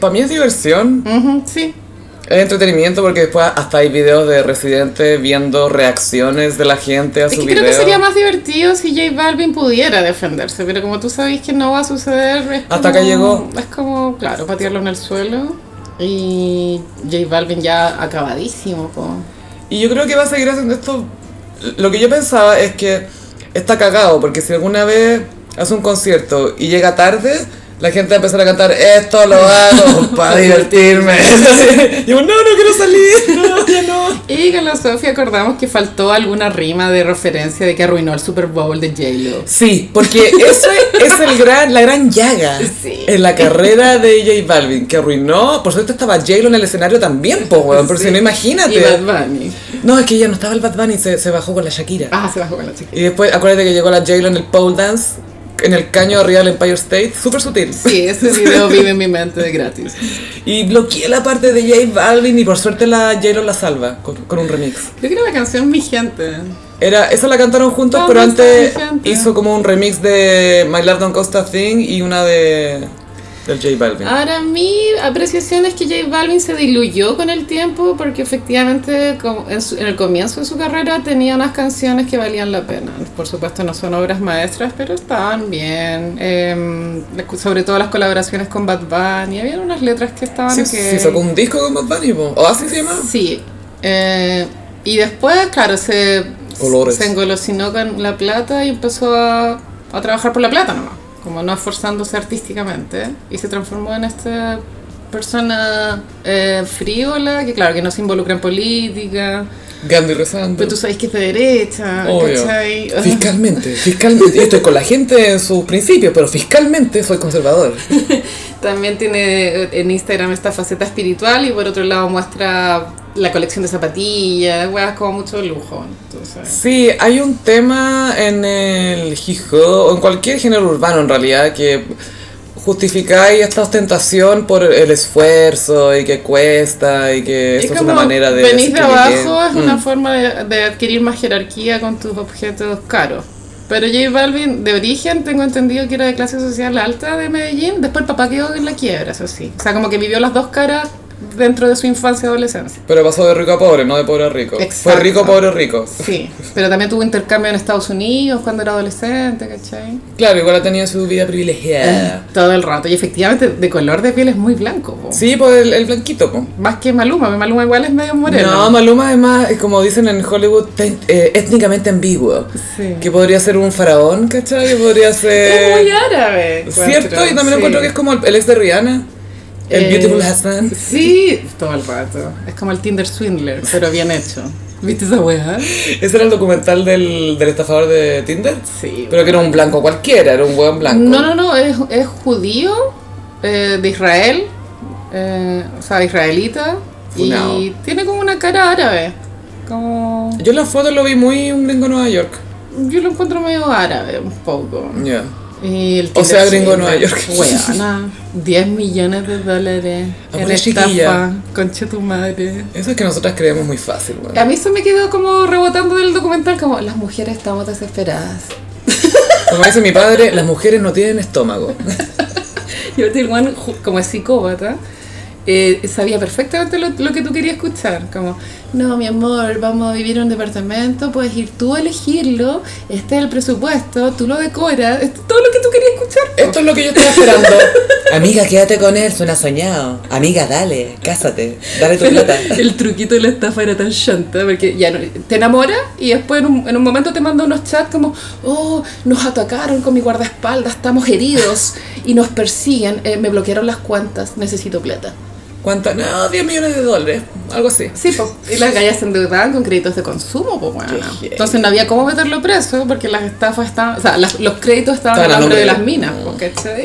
Para Eh, mí es diversión, Ujú, sí, es entretenimiento porque después hasta hay videos de residentes viendo reacciones de la gente a Es su que video. creo que sería más divertido si J Balvin pudiera defenderse, pero como tú sabes que no va a suceder, es Hasta como- acá llegó. Es como, claro, patearlo en el suelo. Y J Balvin ya acabadísimo. po. Y yo creo que va a seguir haciendo esto. Lo que yo pensaba es que está cagado, porque si alguna vez hace un concierto y llega tarde, la gente va a empezar a cantar, esto lo hago para divertirme. y yo, no, no quiero salir, no, ya no. Y con la Sofía acordamos que faltó alguna rima de referencia de que arruinó el Super Bowl de J-Lo. Sí, porque ese es el gran, la gran llaga Sí. en la carrera de J Balvin, que arruinó, por suerte estaba J-Lo en el escenario también, po, weón, pero si no, imagínate. Y Bad Bunny. No, es que ya no estaba el Bad Bunny, se, se bajó con la Shakira. Ah, se bajó con la chica. Y después, acuérdate que llegó la j en el pole dance, en el caño arriba del Empire State, súper sutil. Sí, ese video vive en mi mente de gratis. Y bloqueé la parte de J Balvin y por suerte la j la salva con, con un remix. Creo que era la canción Mi Gente. Era, esa la cantaron juntos, pero ¿Dónde antes está mi gente? hizo como un remix de My Love Don't Cost a Thing y una de del J Balvin. Ahora mi apreciación es que J Balvin se diluyó con el tiempo porque efectivamente como en, su- en el comienzo de su carrera tenía unas canciones que valían la pena. Por supuesto no son obras maestras, pero estaban bien. Eh, sobre todo las colaboraciones con Bad Bunny. Había unas letras que estaban... Sí, ok. sí, sacó un disco con Bad Bunny, po. o así se llama. Sí. Eh, y después, claro, se, Colores. se engolosinó con la plata y empezó a, a trabajar por la plata nomás, como no esforzándose artísticamente. Y se transformó en esta persona eh, frívola, que claro, que no se involucra en política, Gandhi rezando. pero tú sabes que es de derecha, Obvio. ¿cachai? Fiscalmente, fiscalmente. Yo estoy con la gente en sus principios, pero fiscalmente soy conservador. También tiene eh, en Instagram esta faceta espiritual y por otro lado muestra la colección de zapatillas, weas como mucho lujo. Entonces. Sí, hay un tema en el hip hop, o en cualquier género urbano en realidad, que justificáis esta ostentación por el esfuerzo y que cuesta y que Es esto es como una manera de... venís de sentirme abajo, bien. es Mm. una forma de, de adquirir más jerarquía con tus objetos caros. Pero J Balvin, de origen, tengo entendido que era de clase social alta de Medellín. Después el papá quedó en la quiebra, eso sí. O sea, como que vivió las dos caras dentro de su infancia y adolescencia. Mm. Pero pasó de rico a pobre, no de pobre a rico. Fue Exacto. rico, pobre, rico. Sí, pero también tuvo intercambio en Estados Unidos cuando era adolescente, ¿cachai? Claro, igual ha tenido su vida privilegiada. Todo el rato. Y efectivamente, de color de piel es muy blanco. po. Sí, por el, el blanquito, po. Más que Maluma, Maluma igual es medio moreno. No, Maluma es más, eh, como dicen en Hollywood, te- eh, étnicamente ambiguo. Sí. Que podría ser un faraón, ¿cachai? Que podría ser... Es muy árabe. encuentro, Cierto, y también sí. encuentro que es como el, el ex de Rihanna. El Eh, Beautiful Husband. Sí, todo el rato. Es como el Tinder Swindler, pero bien hecho. ¿Viste esa weá? Ese era el documental del, del estafador de Tinder. Sí. Pero que era un blanco cualquiera, era un hueón blanco. No, no, no, es, es judío eh, de Israel, eh, o sea, israelita, Funao. y tiene como una cara árabe. Como. Yo en la foto lo vi muy un gringo de Nueva York. Yo lo encuentro medio árabe, un poco. Ya. Y el O sea, Tinder gringo de Nueva Swindler, York. Weona, 10 millones de dólares en Amor, chiquilla. estafa, concha tu madre. Eso es que nosotras creemos muy fácil, weón. A mí se me quedó como rebotando del documental, como las mujeres estamos desesperadas. Como dice mi padre, las mujeres no tienen estómago. Y ahorita el one, ju- como es psicópata, eh, sabía perfectamente lo, lo que tú querías escuchar. Como, no, mi amor, vamos a vivir en un departamento, puedes ir tú a elegirlo, este es el presupuesto, tú lo decoras, esto es todo lo que tú querías escuchar. Esto es lo que yo estaba esperando. Amiga, quédate con él, suena soñado. Amiga, dale, cásate, dale tu Pero plata. el truquito de la estafa era tan chanta porque ya no- te enamora y después en un, en un momento te manda unos chats como oh, nos atacaron con mi guardaespaldas, estamos heridos y nos persiguen, eh, me bloquearon las cuentas, necesito plata. ¿Cuánto? No, 10 millones de dólares, algo así. Sí, po. y las gallas se endeudaban con créditos de consumo, pues bueno. Qué heavy. Entonces no había cómo meterlo preso porque las estafas estaban, o sea, las- los créditos estaban Estaban al a nombre de las nombre de- minas, po, ¿cachai?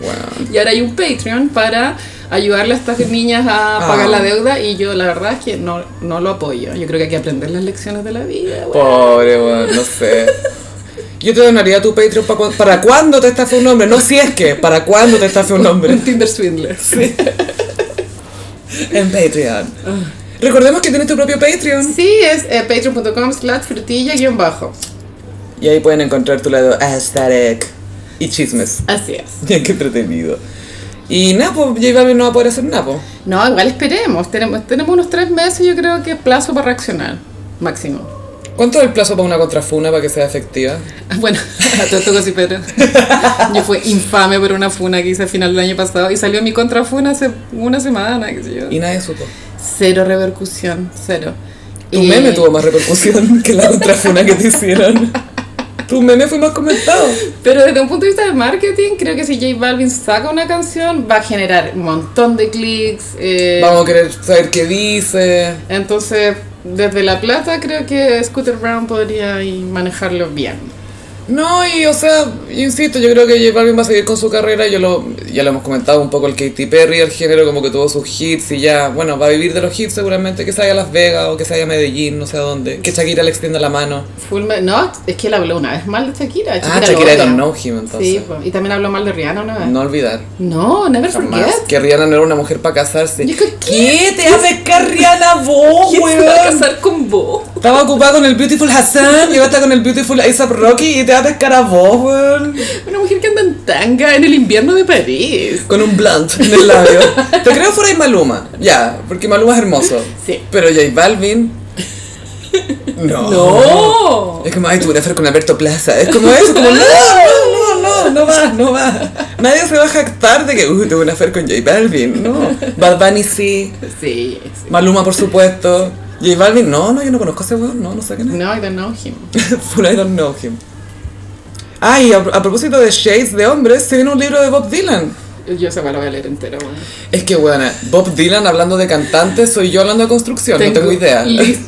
Wow. Y ahora hay un Patreon para ayudarle a estas niñas a Ah. pagar la deuda y yo la verdad es que no, no lo apoyo. Yo creo que hay que aprender las lecciones de la vida, weón. Pobre, weón, no sé. Yo te donaría tu Patreon pa cu- para cuándo te estafe un hombre. No si es que, para cuándo te estafe un hombre. Un Tinder Swindler. Sí. En Patreon. Recordemos que tienes tu propio Patreon. es eh, patreon.com slash frutilla-bajo. Y ahí pueden encontrar tu lado aesthetic y chismes. Así es. Ya qué entretenido. Y Napo, J Balvin no va a poder hacer pues. Napo. No, igual esperemos. Tenemos, tenemos unos tres meses, yo creo que plazo para reaccionar. Máximo. ¿Cuánto es el plazo para una contrafuna para que sea efectiva? Bueno, a todo esto cosí, Pedro. Yo fue infame por una funa que hice a final del año pasado y salió mi contrafuna hace una semana, qué sé yo. Y nadie supo. Cero repercusión, cero. Tu Y- meme tuvo más repercusión que la contrafuna que te hicieron. Tu meme fue más comentado. Pero desde un punto de vista de marketing, creo que si J Balvin saca una canción, va a generar un montón de clics. eh, Vamos a querer saber qué dice. Entonces, desde La Plata, creo que Scooter Brown podría ahí manejarlo bien. No, y o sea, insisto, yo creo que J Balvin va a seguir con su carrera. Yo lo, ya lo hemos comentado un poco, el Katy Perry, el género como que tuvo sus hits y ya, bueno, va a vivir de los hits seguramente, que se vaya a Las Vegas o que se vaya a Medellín, no sé a dónde. Que Shakira le extienda la mano. Full me- no, es que él habló una vez mal de Shakira. ah, lo Shakira, I odia. don't know him, entonces. Sí, pues, y también habló mal de Rihanna una vez. No olvidar. No, never Jamás. forget. Que Rihanna no era una mujer para casarse. Yo creo, ¿Qué te hace que Rihanna vos, ¿Quién se va a weón? casar con vos? Estaba ocupada con el Beautiful Hassan, yo estar con el Beautiful A$AP Rocky y te va a pescar a vos, weón. Una mujer que anda en tanga en el invierno de París. Con un blunt en el labio. Te creo fuera de Maluma, ya, porque Maluma es hermoso. Sí. Pero J Balvin. No. ¡No! Es como, ay, tuve una affair con Alberto Plaza. Es como eso, como, no, no, no, no, no va, no va. Nadie se va a jactar de que, uy, tuve una affair con J Balvin. No. Bad Bunny sí. Sí. Maluma, por supuesto. J Balvin, no, no, yo no conozco a ese weón, no, no sé quién No, I don't know him. es. Full I don't know him. Ay, a, a propósito de Shades de hombres, se viene un libro de Bob Dylan. Yo se lo voy a leer entero. bueno. Es que, weona, Bob Dylan hablando de cantantes, soy yo hablando de construcción, no tengo idea. lis-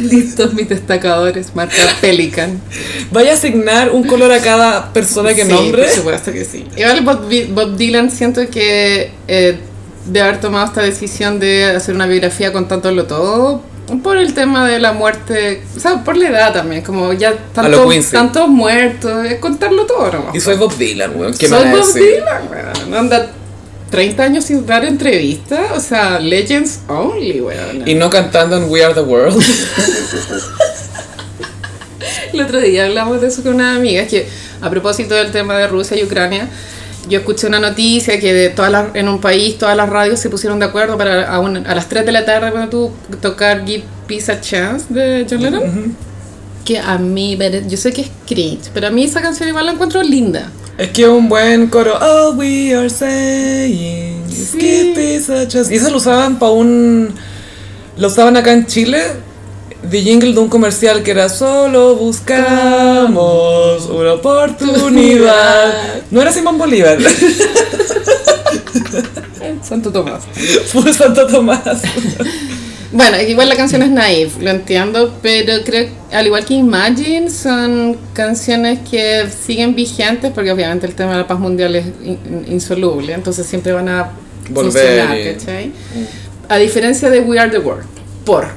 listos mis destacadores, marca Pelican. Vaya a asignar un color a cada persona que Sí, nombre. Por supuesto que sí. Igual Bob, Vi- Bob Dylan siento que eh, de haber tomado esta decisión de hacer una biografía contándolo todo por el tema de la muerte, o sea, por la edad también, como ya A lo Quincy. tantos, tantos muertos, es contarlo todo nomás. Y soy Bob Dylan, weón, ¿qué me Soy van a Bob decir? Dylan, weón. Anda 30 años sin dar entrevista, o sea, legends only, weón. Y no cantando en We Are the World. El otro día hablamos de eso con una amiga, que a propósito del tema de Rusia y Ucrania, yo escuché una noticia que de todas las- en un país todas las radios se pusieron de acuerdo para a, un- a las 3 de la tarde cuando tú tocar Give Peace a Chance de John Lennon. Que a mí, ver- yo sé que es cringe, pero a mí esa canción igual la encuentro linda. Es que un buen coro. All we are saying is Sí. give peace a chance. Y eso lo usaban para un. Lo usaban acá en Chile. De jingle de un comercial que era solo buscamos una oportunidad. No era Simón Bolívar. en Eh, Santo Tomás. Full Santo Tomás. Bueno, igual la canción es naive, lo entiendo, pero creo, al igual que Imagine, son canciones que siguen vigentes porque obviamente el tema de la paz mundial es in- insoluble, entonces siempre van a Volver funcionar, y- Mm. ¿cachai? A diferencia de We Are the World, por.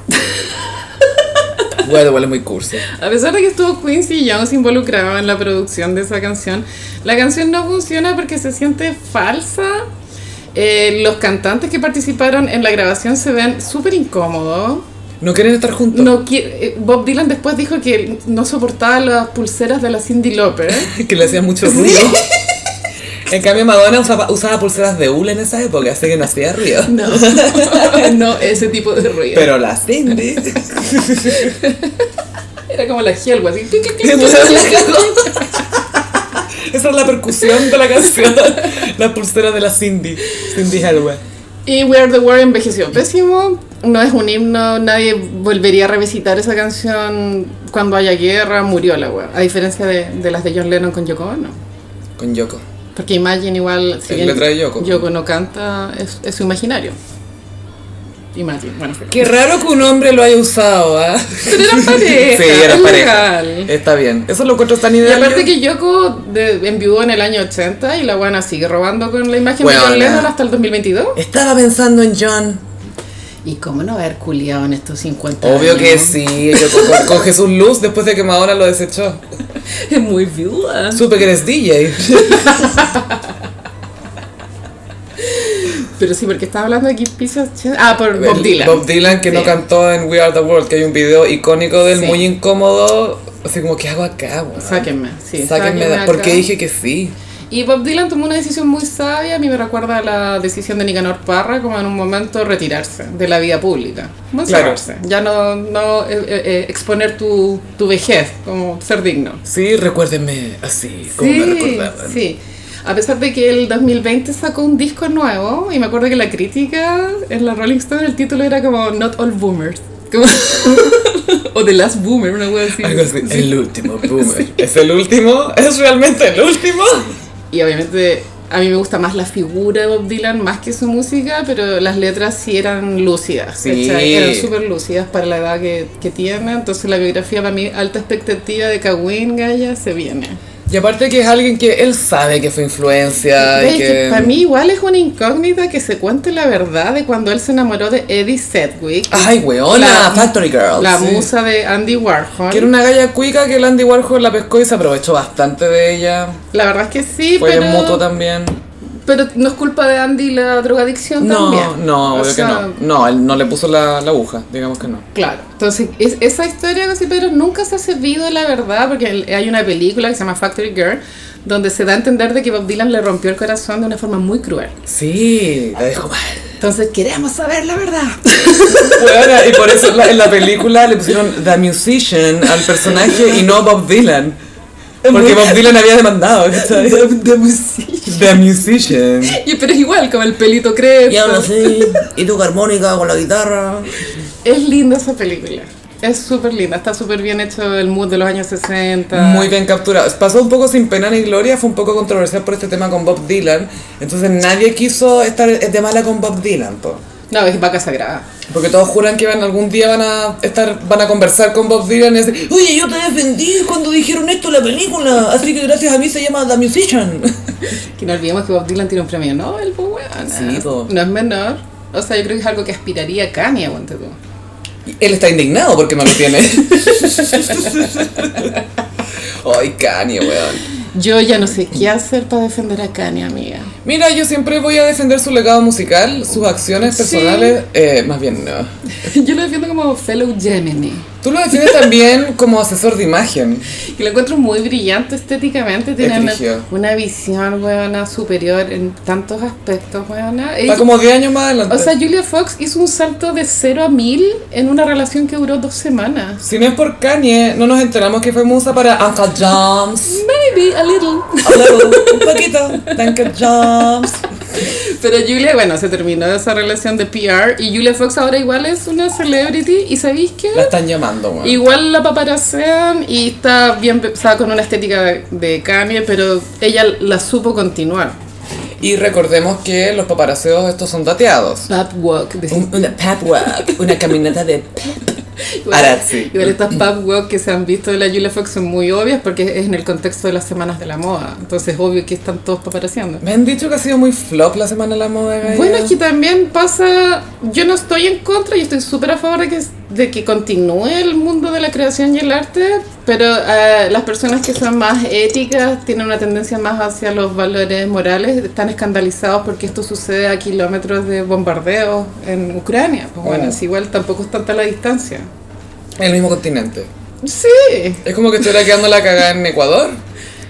Bueno, igual es muy cursi. A pesar de que estuvo Quincy Jones involucrado en la producción de esa canción, la canción no funciona porque se siente falsa. Eh, los cantantes que participaron en la grabación se ven súper incómodos. No quieren estar juntos. No qui- eh, Bob Dylan después dijo que él no soportaba las pulseras de la Cindy Lauper. Que le hacían mucho ruido. En cambio, Madonna usaba, usaba pulseras de hule en esa época, así que no hacía ruido. No, no ese tipo de ruido. Pero la Cindy. Era como la Helwa, así. Esa es la percusión de la canción. La pulsera de la Cindy. Cindy Hardware. Y We Are the World envejeció pésimo. No es un himno, nadie volvería a revisitar esa canción cuando haya guerra, murió la wea. A diferencia de, de las de John Lennon con Yoko Ono. Con Yoko. Porque Imagine igual, si Es bien letra de Yoko. no canta, es, es su imaginario. Imagine, bueno, pero- Qué raro que un hombre lo haya usado, ¿ah? Pero eran pareja, era es pareja. legal. Está bien. Eso lo encuentro tan Y ideal. aparte yo. que Yoko de- enviudó en el año 80 y la buena sigue robando con la imagen de Weona. John Lennon hasta el 2022. Estaba pensando en John. ¿Y cómo no haber culiado en estos 50 Obvio años? que sí. Yoko con, con Jesús Luz después de que Madonna lo desechó. Es muy viuda. Supe que eres DJ. Pero sí, porque estaba hablando de Keith Pizza. Ah, por Bob El- Dylan. Bob Dylan que no Sí. cantó en We Are the World, que hay un video icónico del Sí. muy incómodo. Así como, ¿qué hago acá? weón? Sáquenme, sí. Sáquenme de- acá. Porque dije que sí. Y Bob Dylan tomó una decisión muy sabia. A mí me recuerda a la decisión de Nicanor Parra, como en un momento retirarse de la vida pública. Monserrarse. Ya no, no eh, eh, eh, exponer tu, tu vejez, como ser digno. Sí, recuérdenme así, como me recordaban. sí. A pesar de que el 2020 sacó un disco nuevo, y me acuerdo que la crítica en la Rolling Stone, el título era como Not All Boomers. Como- o The Last Boomer, una wea así. Algo así, El último boomer. ¿Es el último? ¿Es realmente el último? Y obviamente a mí me gusta más la figura de Bob Dylan más que su música, pero las letras sí eran lúcidas, Sí. ¿cachai? eran súper lúcidas para la edad que, que tiene, entonces la biografía para mí, alta expectativa de Kawin Gaya, se viene. Y aparte que es alguien que él sabe que fue influencia. Es y que que para mí igual es una incógnita que se cuente la verdad de cuando él se enamoró de Eddie Sedgwick, Ay, weona, La- Factory Girl. la sí. musa de Andy Warhol. Que era una galla cuica que el Andy Warhol la pescó y se aprovechó bastante de ella. La verdad es que sí, Fue pero, en mutuo también. pero no es culpa de Andy la drogadicción No, también. no, O obvio sea, que no. No, él no le puso la, la aguja, digamos que no. Claro, entonces es- esa historia de Pedro nunca se ha servido de la verdad porque el- hay una película que se llama Factory Girl donde se da a entender de que Bob Dylan le rompió el corazón de una forma muy cruel. Sí, la dejó mal. Entonces queremos saber la verdad. Bueno, y por eso en la- en la película le pusieron The Musician al personaje y no Bob Dylan. Porque Bob Dylan había demandado. ¿cachai? The Musician. Y- pero es igual, como el pelito crece. así, y tu armónica con la guitarra. Es linda esa película. Es súper linda, está súper bien hecho el mood de los años 60. Muy bien capturado. Pasó un poco sin pena ni gloria, fue un poco controversial por este tema con Bob Dylan. Entonces nadie quiso estar de mala con Bob Dylan, po. No, es vaca sagrada. Porque todos juran que van, algún día van a estar, van a conversar con Bob Dylan y decir, oye, yo te defendí cuando dijeron esto en la película, así que gracias a mí se llama The Musician. Que no olvidemos que Bob Dylan tiene un premio Nobel, pues weón. Sí, po. No es menor. O sea, yo creo que es algo que aspiraría a Kanye, aguante tú. Y él está indignado porque no lo tiene. Ay, Kanye, weón. Yo ya no sé qué hacer para defender a Kanye, amiga. Mira, yo siempre voy a defender su legado musical, sus acciones Sí. personales, eh, más bien no. Yo lo defiendo como fellow Gemini. Tú lo defiendes también como asesor de imagen. Que lo encuentro muy brillante estéticamente. Tiene una, brígido. una visión, weona, superior en tantos aspectos, weona. Está Ella- como 10 años más adelante. o sea, Julia Fox hizo un salto de 0 a 1000 en una relación que duró dos semanas. si no es por Kanye, no nos enteramos que fue musa para Uncle James. Maybe a little. un poquito. Jobs. Pero Julia, bueno, se terminó esa relación de PR y Julia Fox ahora igual es una celebrity. ¿Y sabéis qué? La están llamando, weón. Igual la paparacean y está bien, o sea, con una estética de Kanye, pero ella la supo continuar. Y recordemos que los paparaseos estos son dateados. Pub walk. Un- decís. una pep walk, una caminata de pep. Igual, Arazzi. igual estas pub walk que se han visto de la Julia Fox son muy obvias porque es en el contexto de las semanas de la moda. Entonces es obvio que están todos paparaseando. Me han dicho que ha sido muy flop la semana de la moda. Gaya. Bueno, es que también pasa, yo no estoy en contra, yo estoy súper a favor de que, de que continúe el mundo de la creación y el arte, pero eh, las personas que son más éticas tienen una tendencia más hacia los valores morales, están escandalizados porque esto sucede a kilómetros de bombardeos en Ucrania. Pues bueno, Mm. es igual, tampoco es tanta la distancia. En el mismo continente. Sí, Es como que estuviera quedando la cagada en Ecuador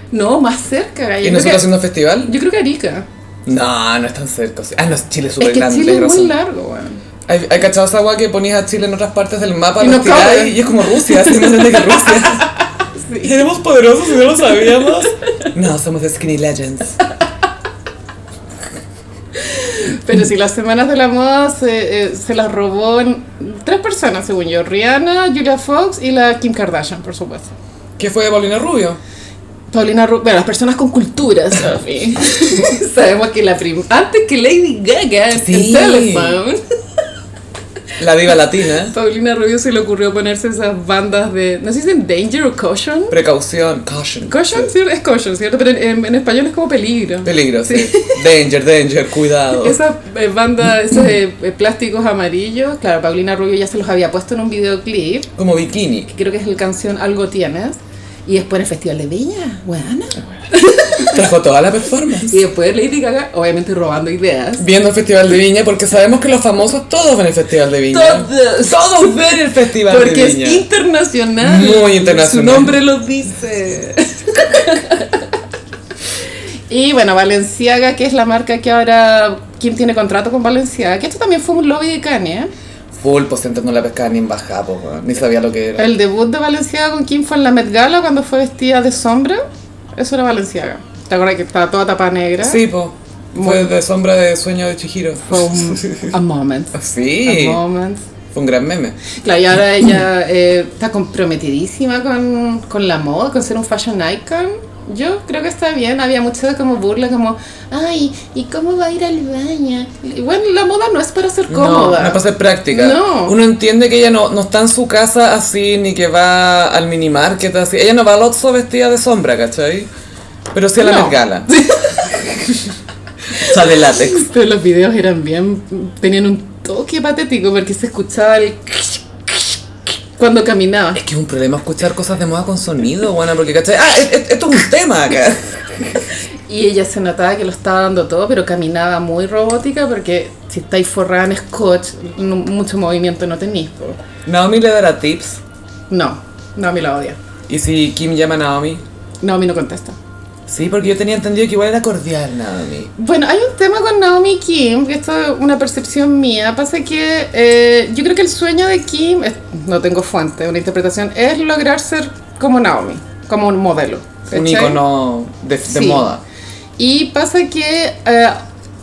no, más cerca. gallo. y Yo, creo nosotros que, haciendo festival. yo creo que Arica. No, no es tan cerca. o sea- Ah, no, Chile es Es súper que grande. Chile es tenés muy razón. largo, weón. ¿Hay, hay cachado esa agua que ponías a Chile en otras partes del mapa? Y lo no tiráis cabe. y es como Rusia, así más grande que Rusia. Éramos poderosos y no lo sabíamos. No, somos the Skinny Legends. Pero si las semanas de la moda se, eh, se las robó en- tres personas, según yo. Rihanna, Julia Fox y la Kim Kardashian, por supuesto. ¿Qué fue de Paulina Rubio? Paulina Rubio, bueno, las personas con cultura, Sophie. Sabemos que la prim antes que Lady Gaga en Sí. Telephone, La diva latina. Paulina Rubio se le ocurrió ponerse esas bandas de, no sé si dicen Danger o Caution. Precaución. Caution. Caution, ¿cierto? Es Caution, ¿cierto? Pero en, en español es como peligro. Peligro, sí. Danger, danger, cuidado. Esas eh, bandas, esos eh, eh, plásticos amarillos, claro, Paulina Rubio ya se los había puesto en un videoclip. Como bikini. que creo que es la canción Algo Tienes, y después en el Festival de Viña, Guadana. Trajo toda la performance. Y después Lady Gaga, obviamente robando ideas. Viendo el Festival de Viña, porque sabemos que los famosos todos ven el Festival de Viña. Todos. Todos ven el Festival Porque de es Viña. internacional. Muy internacional. Su nombre lo dice. y bueno, Valenciaga, que es la marca que ahora Kim tiene contrato con Valenciaga, que esto también fue un lobby de Kanye. Full, pues entonces no la pescaba ni en bajada, po, weón. ni sabía lo que era. El debut de Valenciaga con Kim fue en la Met Gala cuando fue vestida de sombra. Eso era Valenciaga. ¿Te acuerdas que estaba toda tapa negra? Sí, po. Fue de sombra de sueño de Chihiro. Fue un- a moment. Sí, A moment. fue un gran meme. Claro, y ahora ella eh, está comprometidísima con, con la moda, con ser un fashion icon. Yo creo que está bien, había mucho como burla, como, ay, ¿y cómo va a ir al baño? Y bueno, la moda no es para ser cómoda. No, no es para hacer práctica. No. Uno entiende que ella no, no está en su casa así, ni que va al minimarket así. Ella no va al Oxxo vestida de sombra, ¿cachai? Pero sí a la No. Met Gala. o sea, de látex. Pero los videos eran bien, tenían un toque patético porque se escuchaba el... cuando caminaba. Es que es un problema escuchar cosas de moda con sonido, buena, porque ¿cachai? Ah, es- es- esto es un tema acá. Y ella se notaba que lo estaba dando todo, pero caminaba muy robótica porque si estáis forrada en scotch, no- mucho movimiento no tenéis. po. Naomi le dará tips. No, Naomi la odia. ¿Y si Kim llama a Naomi? Naomi no contesta. Sí, porque yo tenía entendido que igual era cordial Naomi. Bueno, hay un tema con Naomi y Kim, que esto es una percepción mía. Pasa que eh, yo creo que el sueño de Kim, es- no tengo fuente, una interpretación, es lograr ser como Naomi, como un modelo. Un ¿cachai? icono de, de Sí. moda. Y pasa que eh,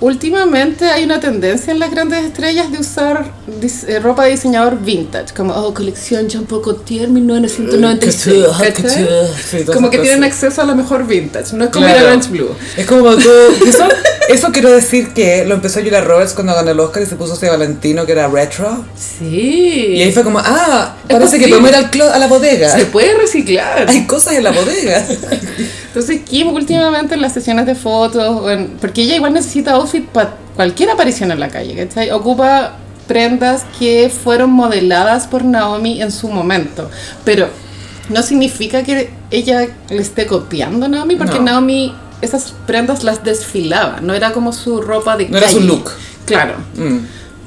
últimamente hay una tendencia en las grandes estrellas de usar dis- eh, ropa de diseñador vintage, como oh, colección Jean Paul Gaultier 1996. Couture, ¿cachai? couture. Eh, Sí, todas Como esas que tienen cosas. acceso a lo mejor vintage, no es como Claro. ir a Orange Blue. Es como todo. Eso, eso quiero decir que lo empezó Julia Roberts cuando ganó el Oscar y se puso ese Valentino que era retro. Sí. Y ahí fue como, ah, parece que posible. podemos ir al clo- a la bodega. se puede reciclar. Hay cosas en la bodega. Entonces Kim últimamente en las sesiones de fotos, o en- porque ella igual necesita outfit para cualquier aparición en la calle, ¿cachai? Ocupa prendas que fueron modeladas por Naomi en su momento, pero no significa que ella le esté copiando a Naomi, porque No. Naomi esas prendas las desfilaba, no era como su ropa de No era su calle. look. Claro. Mm.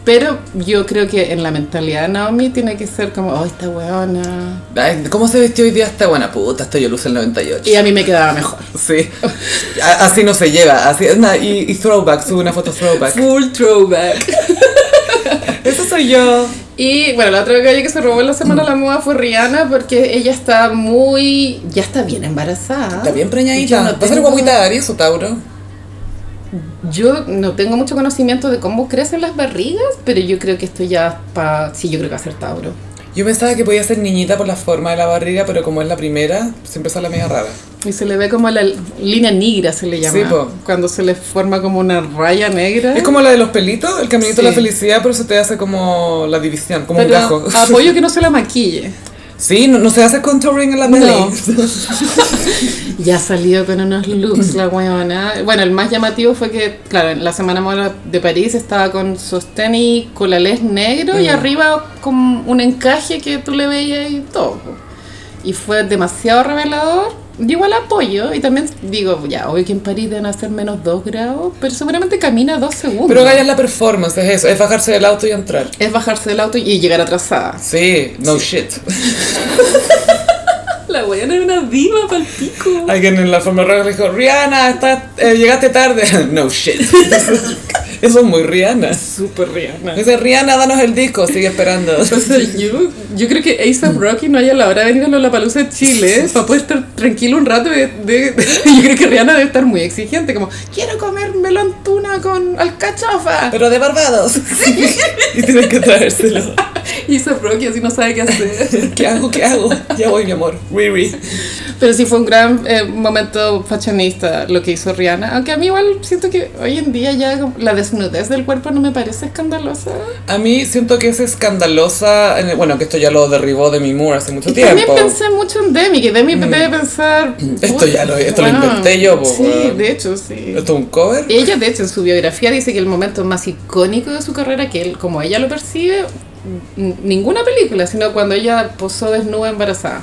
Pero yo creo que en la mentalidad de Naomi tiene que ser como, oh, esta weona. Ay, ¿Cómo se vestió hoy día esta buena puta? Esto yo luce el 98. Y a mí me quedaba mejor. Sí. A- Así no se lleva. Así, na, y, y throwback, sube una foto throwback. Full throwback. Eso soy yo. Y bueno, la otra calle que se robó en la semana de la moda fue Rihanna porque ella está muy. ya está bien embarazada. Está bien Yo preñadita. no ¿Va a ser tengo- guaguita de Aries o Tauro? Yo no tengo mucho conocimiento de cómo crecen las barrigas, pero yo creo que esto ya para. sí, yo creo que va a ser Tauro. Yo pensaba que podía ser niñita por la forma de la barriga, pero como es la primera, siempre sale media rara. Y se le ve como la línea negra, se le llama. Sí, po. Cuando se le forma como una raya negra. Es como la de los pelitos, el caminito de la Sí. felicidad, pero se te hace como la división, como Pero ah, un gajo. apoyo que no se la maquille. Sí, no, no se hace contouring en la tele. No. Ya ha salido con unos looks la weona. Bueno, el más llamativo fue que, claro, en la Semana Moda de París estaba con sostén y colalés negro y Mm. arriba con un encaje que tú le veías y todo. po. Y fue demasiado revelador. Digo al apoyo y también digo, ya, hoy que en París deben hacer menos 2 grados, pero seguramente camina 2 segundos. Pero Gaia es la performance, es eso, es bajarse del auto y entrar. Es bajarse del auto y llegar atrasada. Sí, no shit. La weona es una diva pa'l pico. Alguien en la forma roja le dijo, Rihanna, estás- eh, llegaste tarde. no shit. Eso es muy Rihanna. Súper Rihanna. Dice, Rihanna, danos el disco, sigue esperando. Entonces, yo, yo creo que A$AP Rocky no haya la hora venido a Lollapalooza de Chile para poder estar tranquilo un rato. De, de- yo creo que Rihanna debe estar muy exigente, como quiero comer melón tuna con alcachofa. Pero de Barbados. y tienes que traérselo. Y A$AP Rocky así no sabe qué hacer. ¿Qué hago? ¿Qué hago? Ya voy, mi amor. Riri. Pero sí fue un gran eh, momento fashionista lo que hizo Rihanna. Aunque a mí igual siento que hoy en día ya como la desnudez del cuerpo no me parece escandalosa. A mí siento que es escandalosa. en el- Bueno, que esto ya lo derribó Demi Moore hace mucho Y también tiempo. Mm. pensé mucho en Demi, que Demi debe pensar... Esto ya lo- esto lo "Bueno". inventé yo, po, Sí, weón. de hecho, sí. ¿Esto es un cover? Ella, de hecho, en su biografía dice que el momento más icónico de su carrera, que él, como ella lo percibe, n- ninguna película, sino cuando ella posó desnuda embarazada.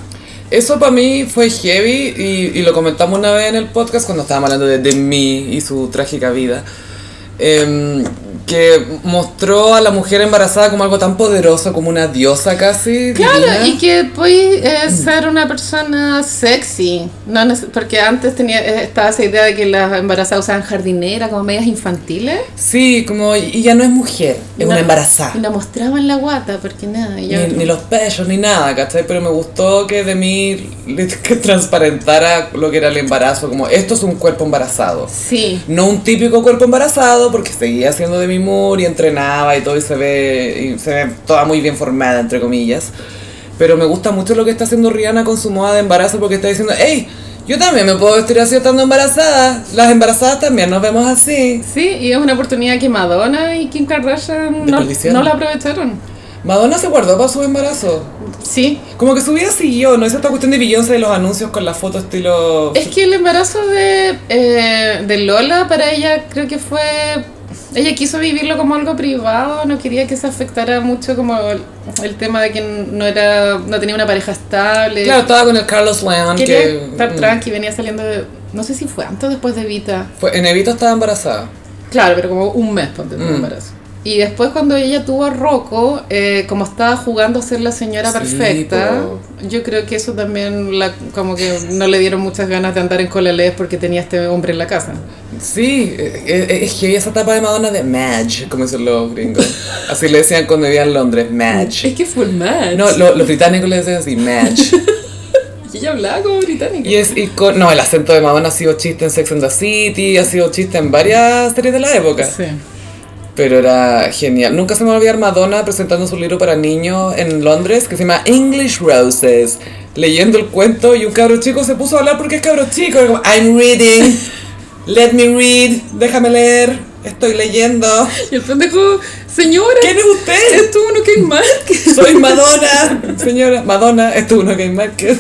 Eso para mí fue heavy y, y lo comentamos una vez en el podcast cuando estábamos hablando de, de mí y su trágica vida. Em, que mostró a la mujer embarazada como algo tan poderoso, como una diosa casi. Claro, divina. y que puedes eh, ser una persona sexy, no neces- porque antes tenía eh, estaba esa idea de que las embarazadas usaban jardinera como medias infantiles. Sí, como, y ya no es mujer, es No, una embarazada. Y la mostraban la guata, porque nada, ella- Ni, ni los pechos, ni nada, ¿cachai? Pero me gustó que de mí le- que transparentara lo que era el embarazo, como esto es un cuerpo embarazado. Sí, No un típico cuerpo embarazado, porque seguía haciendo de mi y entrenaba y todo, y se ve, y se ve toda muy bien formada, entre comillas. Pero me gusta mucho lo que está haciendo Rihanna con su moda de embarazo, porque está diciendo, hey, yo también me puedo vestir así estando embarazada. Las embarazadas también nos vemos así. sí, y es una oportunidad que Madonna y Kim Kardashian no, Desperdiciaron. no la aprovecharon. Madonna se guardó para su embarazo. Sí, Como que su vida siguió, ¿no? Es esta cuestión de Beyoncé de los anuncios con la foto estilo... Es que el embarazo de, eh, de Lola para ella creo que fue... Ella quiso vivirlo como algo privado, no quería que se afectara mucho como el, el tema de que no era no tenía una pareja estable. Claro, estaba con el Carlos León, quería que... estar mm, tranqui, venía saliendo de... No sé si fue antes o después de Vita. fue- en Evita estaba embarazada. Claro, pero como un mes ponte tú, Mm. de embarazo. Y después cuando ella tuvo a Rocco, eh, como estaba jugando a ser la señora Sí, perfecta, yo creo que eso también la, como que no le dieron muchas ganas de andar en colalés porque tenía este hombre en la casa. Sí, eh, eh, es que había esa etapa de Madonna de Madge, como dicen los gringos. Así le decían cuando vivía en Londres, Madge. que fue el match. No, lo- los británicos le decían así, Madge. Y ella hablaba como británica. Y es icon- No, el acento de Madonna ha sido chiste en Sex and the City, ha sido chiste en varias series de la época. Sí. Pero era genial. Nunca se me va a olvidar Madonna presentando su libro para niños en Londres que se llama English Roses. Leyendo el cuento y un cabro chico se puso a hablar porque es cabro chico. Era como, I'm reading, let me read, déjame leer, estoy leyendo. Y el pendejo, señora, ¿Quién es usted? esto uno que es más que... Soy Madonna, señora. Madonna, esto es uno Game Market.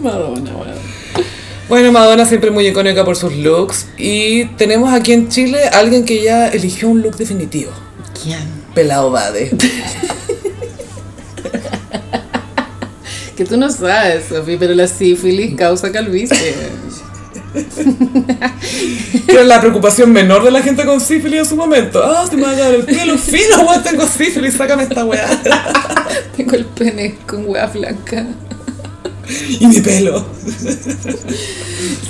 Madonna, bueno. Bueno, Madonna siempre muy icónica por sus looks. Y tenemos aquí en Chile a alguien que ya eligió un look definitivo. ¿Quién? Pelao Bade. Que tú no sabes, Sofi, pero la sífilis causa calvicie. Que era la preocupación menor de la gente con sífilis en su momento. Ah, se me va a caer el pelo fino, weón, tengo sífilis, sácame esta weá. Tengo el pene con hueá blanca. Y mi pelo.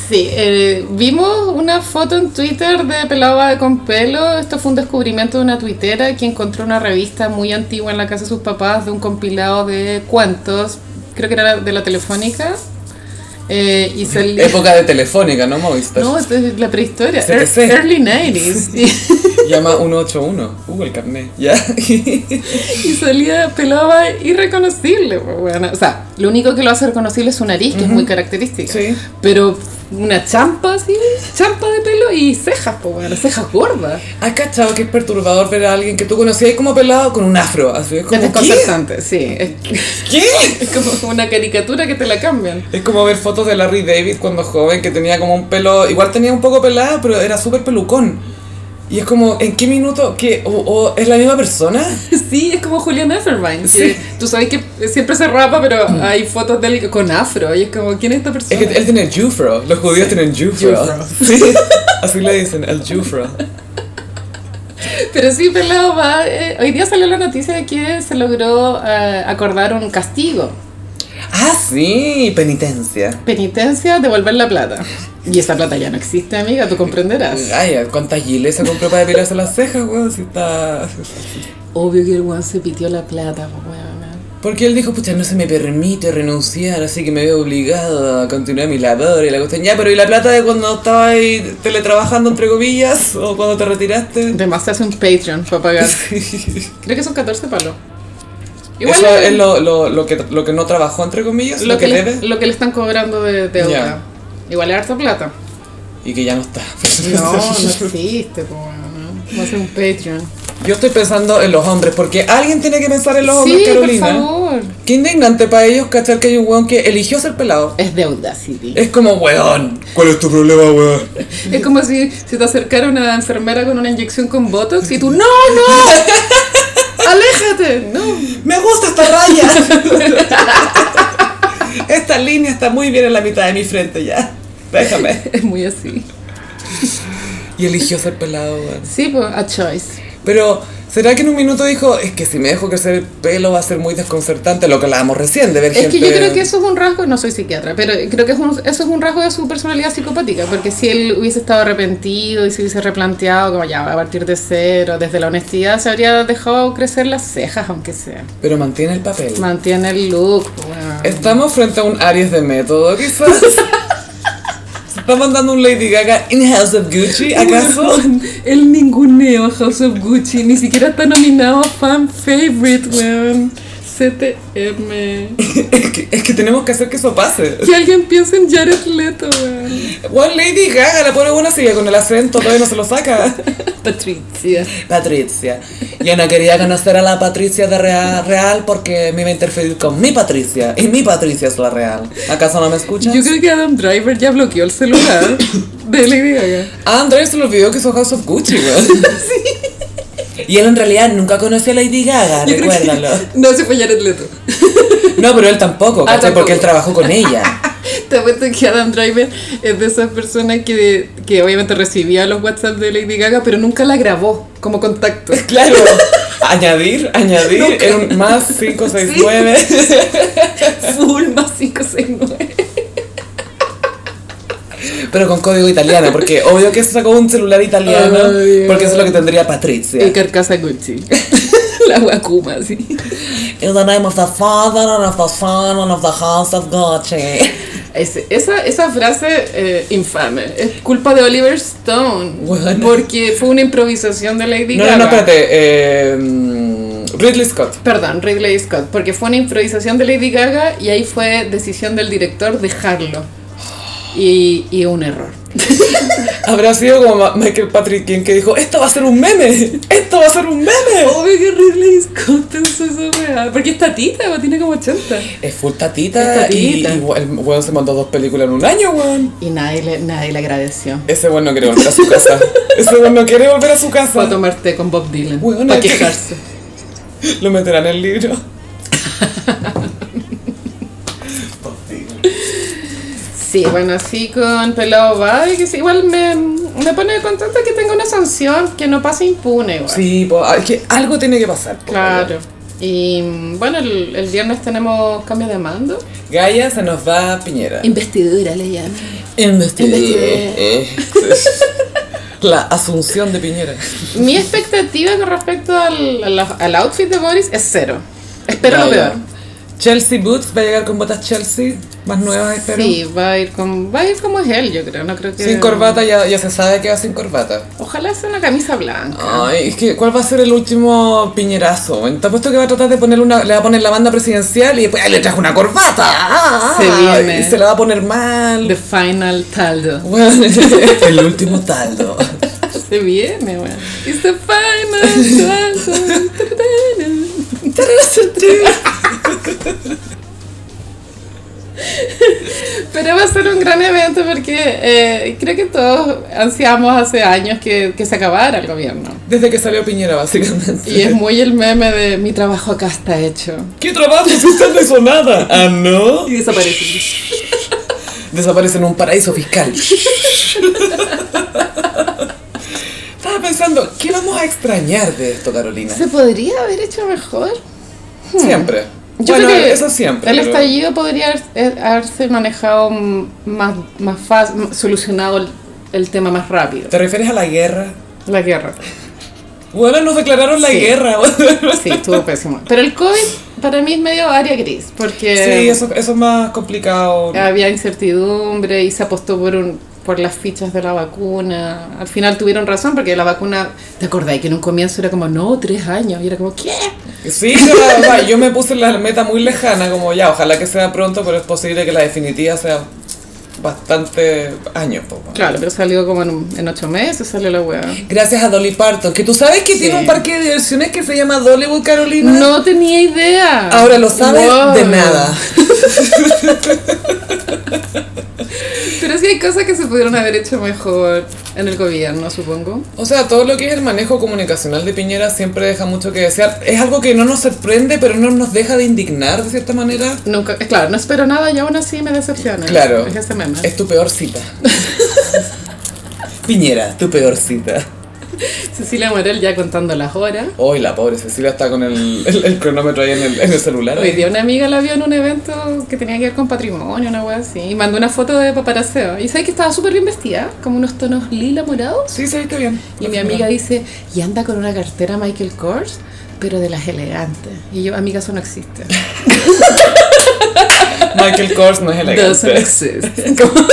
Sí, eh, vimos una foto en Twitter de Pelaba con pelo. Esto fue un descubrimiento de una tuitera que encontró una revista muy antigua en la casa de sus papás de un compilado de cuentos, creo que era de la Telefónica. Eh, y salí. Época de Telefónica, ¿no? Movistar. No, esta es la prehistoria. CTC. ear- Early 90s. Llama 181. Uh, el carnet. Ya. Y, y salía pelada irreconocible. pues, bueno. O sea, lo único que lo hace reconocible es su nariz, que es muy característica. Sí. Pero una champa así, champa de pelo y cejas, pues bueno, cejas gordas. ¿Has cachado que es perturbador ver a alguien que tú conocías como pelado con un afro? Así es Es como. ¿Qué? desconcertante, sí. Es, ¿Qué? es como una caricatura que te la cambian. Es como ver fotos de Larry David cuando joven, que tenía como un pelo. Igual tenía un poco pelada, pero era súper pelucón. Y es como, ¿en qué minuto? ¿Qué? ¿O, o es la misma persona? Sí, es como Julian Effervine. que Tú sabes que siempre se rapa, pero hay fotos de él con afro. Y es como, ¿quién Mm. es esta Es persona? que él tiene Jufro. Los judíos tienen Jufro. Jufro. Sí. Así le dicen, el Jufro. Pero sí, pelado va. eh, hoy día salió la noticia de que se logró eh, acordar un castigo. Ah, sí, penitencia. Penitencia, devolver la plata. Y esa plata ya no existe, amiga, tú comprenderás. Ay, ¿cuántas giles se compró para depilarse las cejas, weón? Si está... Obvio que el weón se pitió la plata, po, weona. Porque él dijo, pucha, no se me permite renunciar, así que me veo obligado a continuar mi labor y la cuestión. Ya, pero ¿y la plata de cuando estabas ahí teletrabajando, entre comillas? ¿O cuando te retiraste? Además, se hace un Patreon para pagar. Creo que son 14 palos. Igual Eso eh, es lo, lo, lo que, lo que no trabajó, entre comillas, lo, que, le, debe. lo que le están cobrando de deuda. Ya. Igual es harta plata. Y que ya no está. No, no existe, po, weona. Va a ser un Patreon. Yo estoy pensando en los hombres, porque alguien tiene que pensar en los sí, hombres, Carolina. por favor. Qué indignante para ellos cachar que hay un weón que eligió ser pelado. Es deuda, City. Es como, weón, ¿cuál es tu problema, weón? Es como si, si te acercara una enfermera con una inyección con Botox y tú, ¡No, no! ¡Aléjate! ¡No! ¡Me gusta esta raya! esta línea está muy bien en la mitad de mi frente ya. Déjame. Es muy así. Y eligió ser pelado, weón. Sí, pues, a choice. Pero, ¿será que en un minuto dijo, es que si me dejo crecer el pelo va a ser muy desconcertante? Lo que hablábamos recién, de ver Es que gente- yo creo que eso es un rasgo, no soy psiquiatra, pero creo que es un- eso es un rasgo de su personalidad psicopática, porque si él hubiese estado arrepentido y se hubiese replanteado, como ya, a partir de cero, desde la honestidad, se habría dejado crecer las cejas, aunque sea. Pero mantiene el papel. Mantiene el look, pues, weón. Estamos frente a un Aries de método, quizás. ¿Se está mandando un Lady Gaga in House of Gucci, acaso? El ninguneo a House of Gucci ni siquiera está nominado a fan favorite, weón. CTM. es, que, es que tenemos que hacer que eso pase. Que alguien piense en Jared Leto, weón. One Lady Gaga, la pobre buena sigue con el acento, todavía no se lo saca. Patricia. Patricia. Yo no quería conocer a la Patricia de Real, real porque me iba a interferir con mi Patricia. Y mi Patricia es la real. ¿Acaso no me escuchas? Yo creo que Adam Driver ya bloqueó el celular de Lady Gaga. Ah, Andrés se le olvidó que hizo House of Gucci, weón. Y él en realidad nunca conoció a Lady Gaga, Yo creo que- recuérdalo. No, se fue Jared Leto. No, pero él tampoco, Ah, ¿cachai? Porque tampoco. él trabajó con ella. Te apuesto que Adam Driver es de esas personas que, que obviamente recibía los WhatsApp de Lady Gaga, pero nunca la grabó como contacto. Claro. Añadir, añadir, era un más 5, 6, Sí. 9. Full más 569. Pero con código italiano, porque obvio que se sacó un celular italiano, Ay, porque eso es lo Dios. que tendría Patricia. Y carcasa Gucci. la Wakuma, sí. In the name of the Father and of the Son and of the House of Gucci. Ese- esa, esa frase eh, infame es culpa de Oliver Stone. Bueno. Porque fue una improvisación de Lady No, Gaga. no, no, espérate. eh, mm, Ridley Scott. Perdón, Ridley Scott, porque fue una improvisación de Lady Gaga y ahí fue decisión del director dejarlo. Y, y un error. Habrá sido como Ma- Michael Patrick quien que dijo, esto va a ser un meme, esto va a ser un meme. Obvio que Ridley Scott pensó esa weá. Porque es tatita, weá, tiene como 80. Es full tatita, Es tatita. y, y we- el weón se mandó dos películas en un año, weón. Y nadie le, nadie le agradeció. Ese weón no quiere volver a su casa. Ese weón no quiere volver a su Fue a casa. tomar té con Bob Dylan. Weona, para que- quejarse. Lo meterán en el libro. Sí, bueno, así con pelado va. y que sí, igual me, me pone contenta que tenga una sanción que no pase impune, igual. Sí, po, hay que- algo tiene que pasar. po, Claro. Y mm, bueno, el, el viernes tenemos cambio de mando. weón. Gaia se nos va a Piñera. Investidura le llaman. Investigué. Investigué. este eh. La asunción de Piñera. Mi expectativa con respecto al, a la- al outfit de Boris es cero. Espero lo Gaia. peor. Chelsea Boots va a llegar con botas Chelsea, más nuevas Ah, espero. Sí, va a ir con, va a ir como es él, yo creo. No creo que Sin corbata ya, ya se sabe que va sin corbata. Ojalá sea una camisa blanca. Ay, es que ¿cuál va a ser el último piñerazo? Te apuesto que va a tratar de ponerle una, le va a poner la banda presidencial y después ¡ay, le trajo una corbata. Ah, Se viene. Y se la va a poner mal. The final taldo. Bueno, el último taldo. Se viene, weón. It's the final taldo. Pero va a ser un gran evento porque eh, creo que todos ansiamos hace años que, que se acabara el gobierno. Desde que salió Piñera, básicamente. Y es muy el meme de mi trabajo acá está hecho. ¿Qué trabajo si usted no hizo nada? Ah, no. Y desaparece. Desaparece en un paraíso fiscal. Estaba pensando, ¿qué vamos a extrañar de esto, Carolina? ¿Se podría haber hecho mejor? Siempre. Yo bueno, creo que eso siempre. El pero- estallido podría haber- eh, haberse manejado m- más, más fácil, solucionado el, el tema más rápido. ¿Te refieres a la guerra? La guerra. Bueno, nos declararon la Sí. guerra. Sí, estuvo pésimo. Pero el COVID para mí es medio área gris, porque Sí, eso, eso es más complicado. había incertidumbre y se apostó por un por las fichas de la vacuna. Al final tuvieron razón porque la vacuna, ¿te acordáis que en un comienzo era como, no, tres años? Y era como, ¿qué? Sí, yo, la verdad, yo me puse la meta muy lejana, como ya, ojalá que sea pronto, pero es posible que la definitiva sea bastante años. po, bueno. Claro, pero salió como en, un- en ocho meses, salió la weá. Gracias a Dolly Parton, que tú sabes que tiene un parque de diversiones que se llama Dollywood, Carolina. No tenía idea. Ahora lo sabes Wow. de nada. Pero es que hay cosas que se pudieron haber hecho mejor en el gobierno, supongo. O sea, todo lo que es el manejo comunicacional de Piñera siempre deja mucho que desear. Es algo que no nos sorprende, pero no nos deja de indignar de cierta manera. Nunca, eh, claro, no espero nada y aún así me decepciona. Claro. Es ese meme. Es tu peor cita. Piñera, tu peor cita. Cecilia Morel ya contando las horas. Hoy la pobre Cecilia está con el, el- el cronómetro ahí en el, en el celular. Hoy día una amiga la vio en un evento que tenía que ver con patrimonio, una wea así, y mandó una foto de paparaseo. Y sabes que estaba súper bien vestida, como unos tonos lila morados. Sí, se viste bien. Y mi amiga dice, y anda con una cartera Michael Kors, pero de las elegantes. Y yo, amiga, eso no existe. Michael Kors no es Doesn't elegante. exist. Como-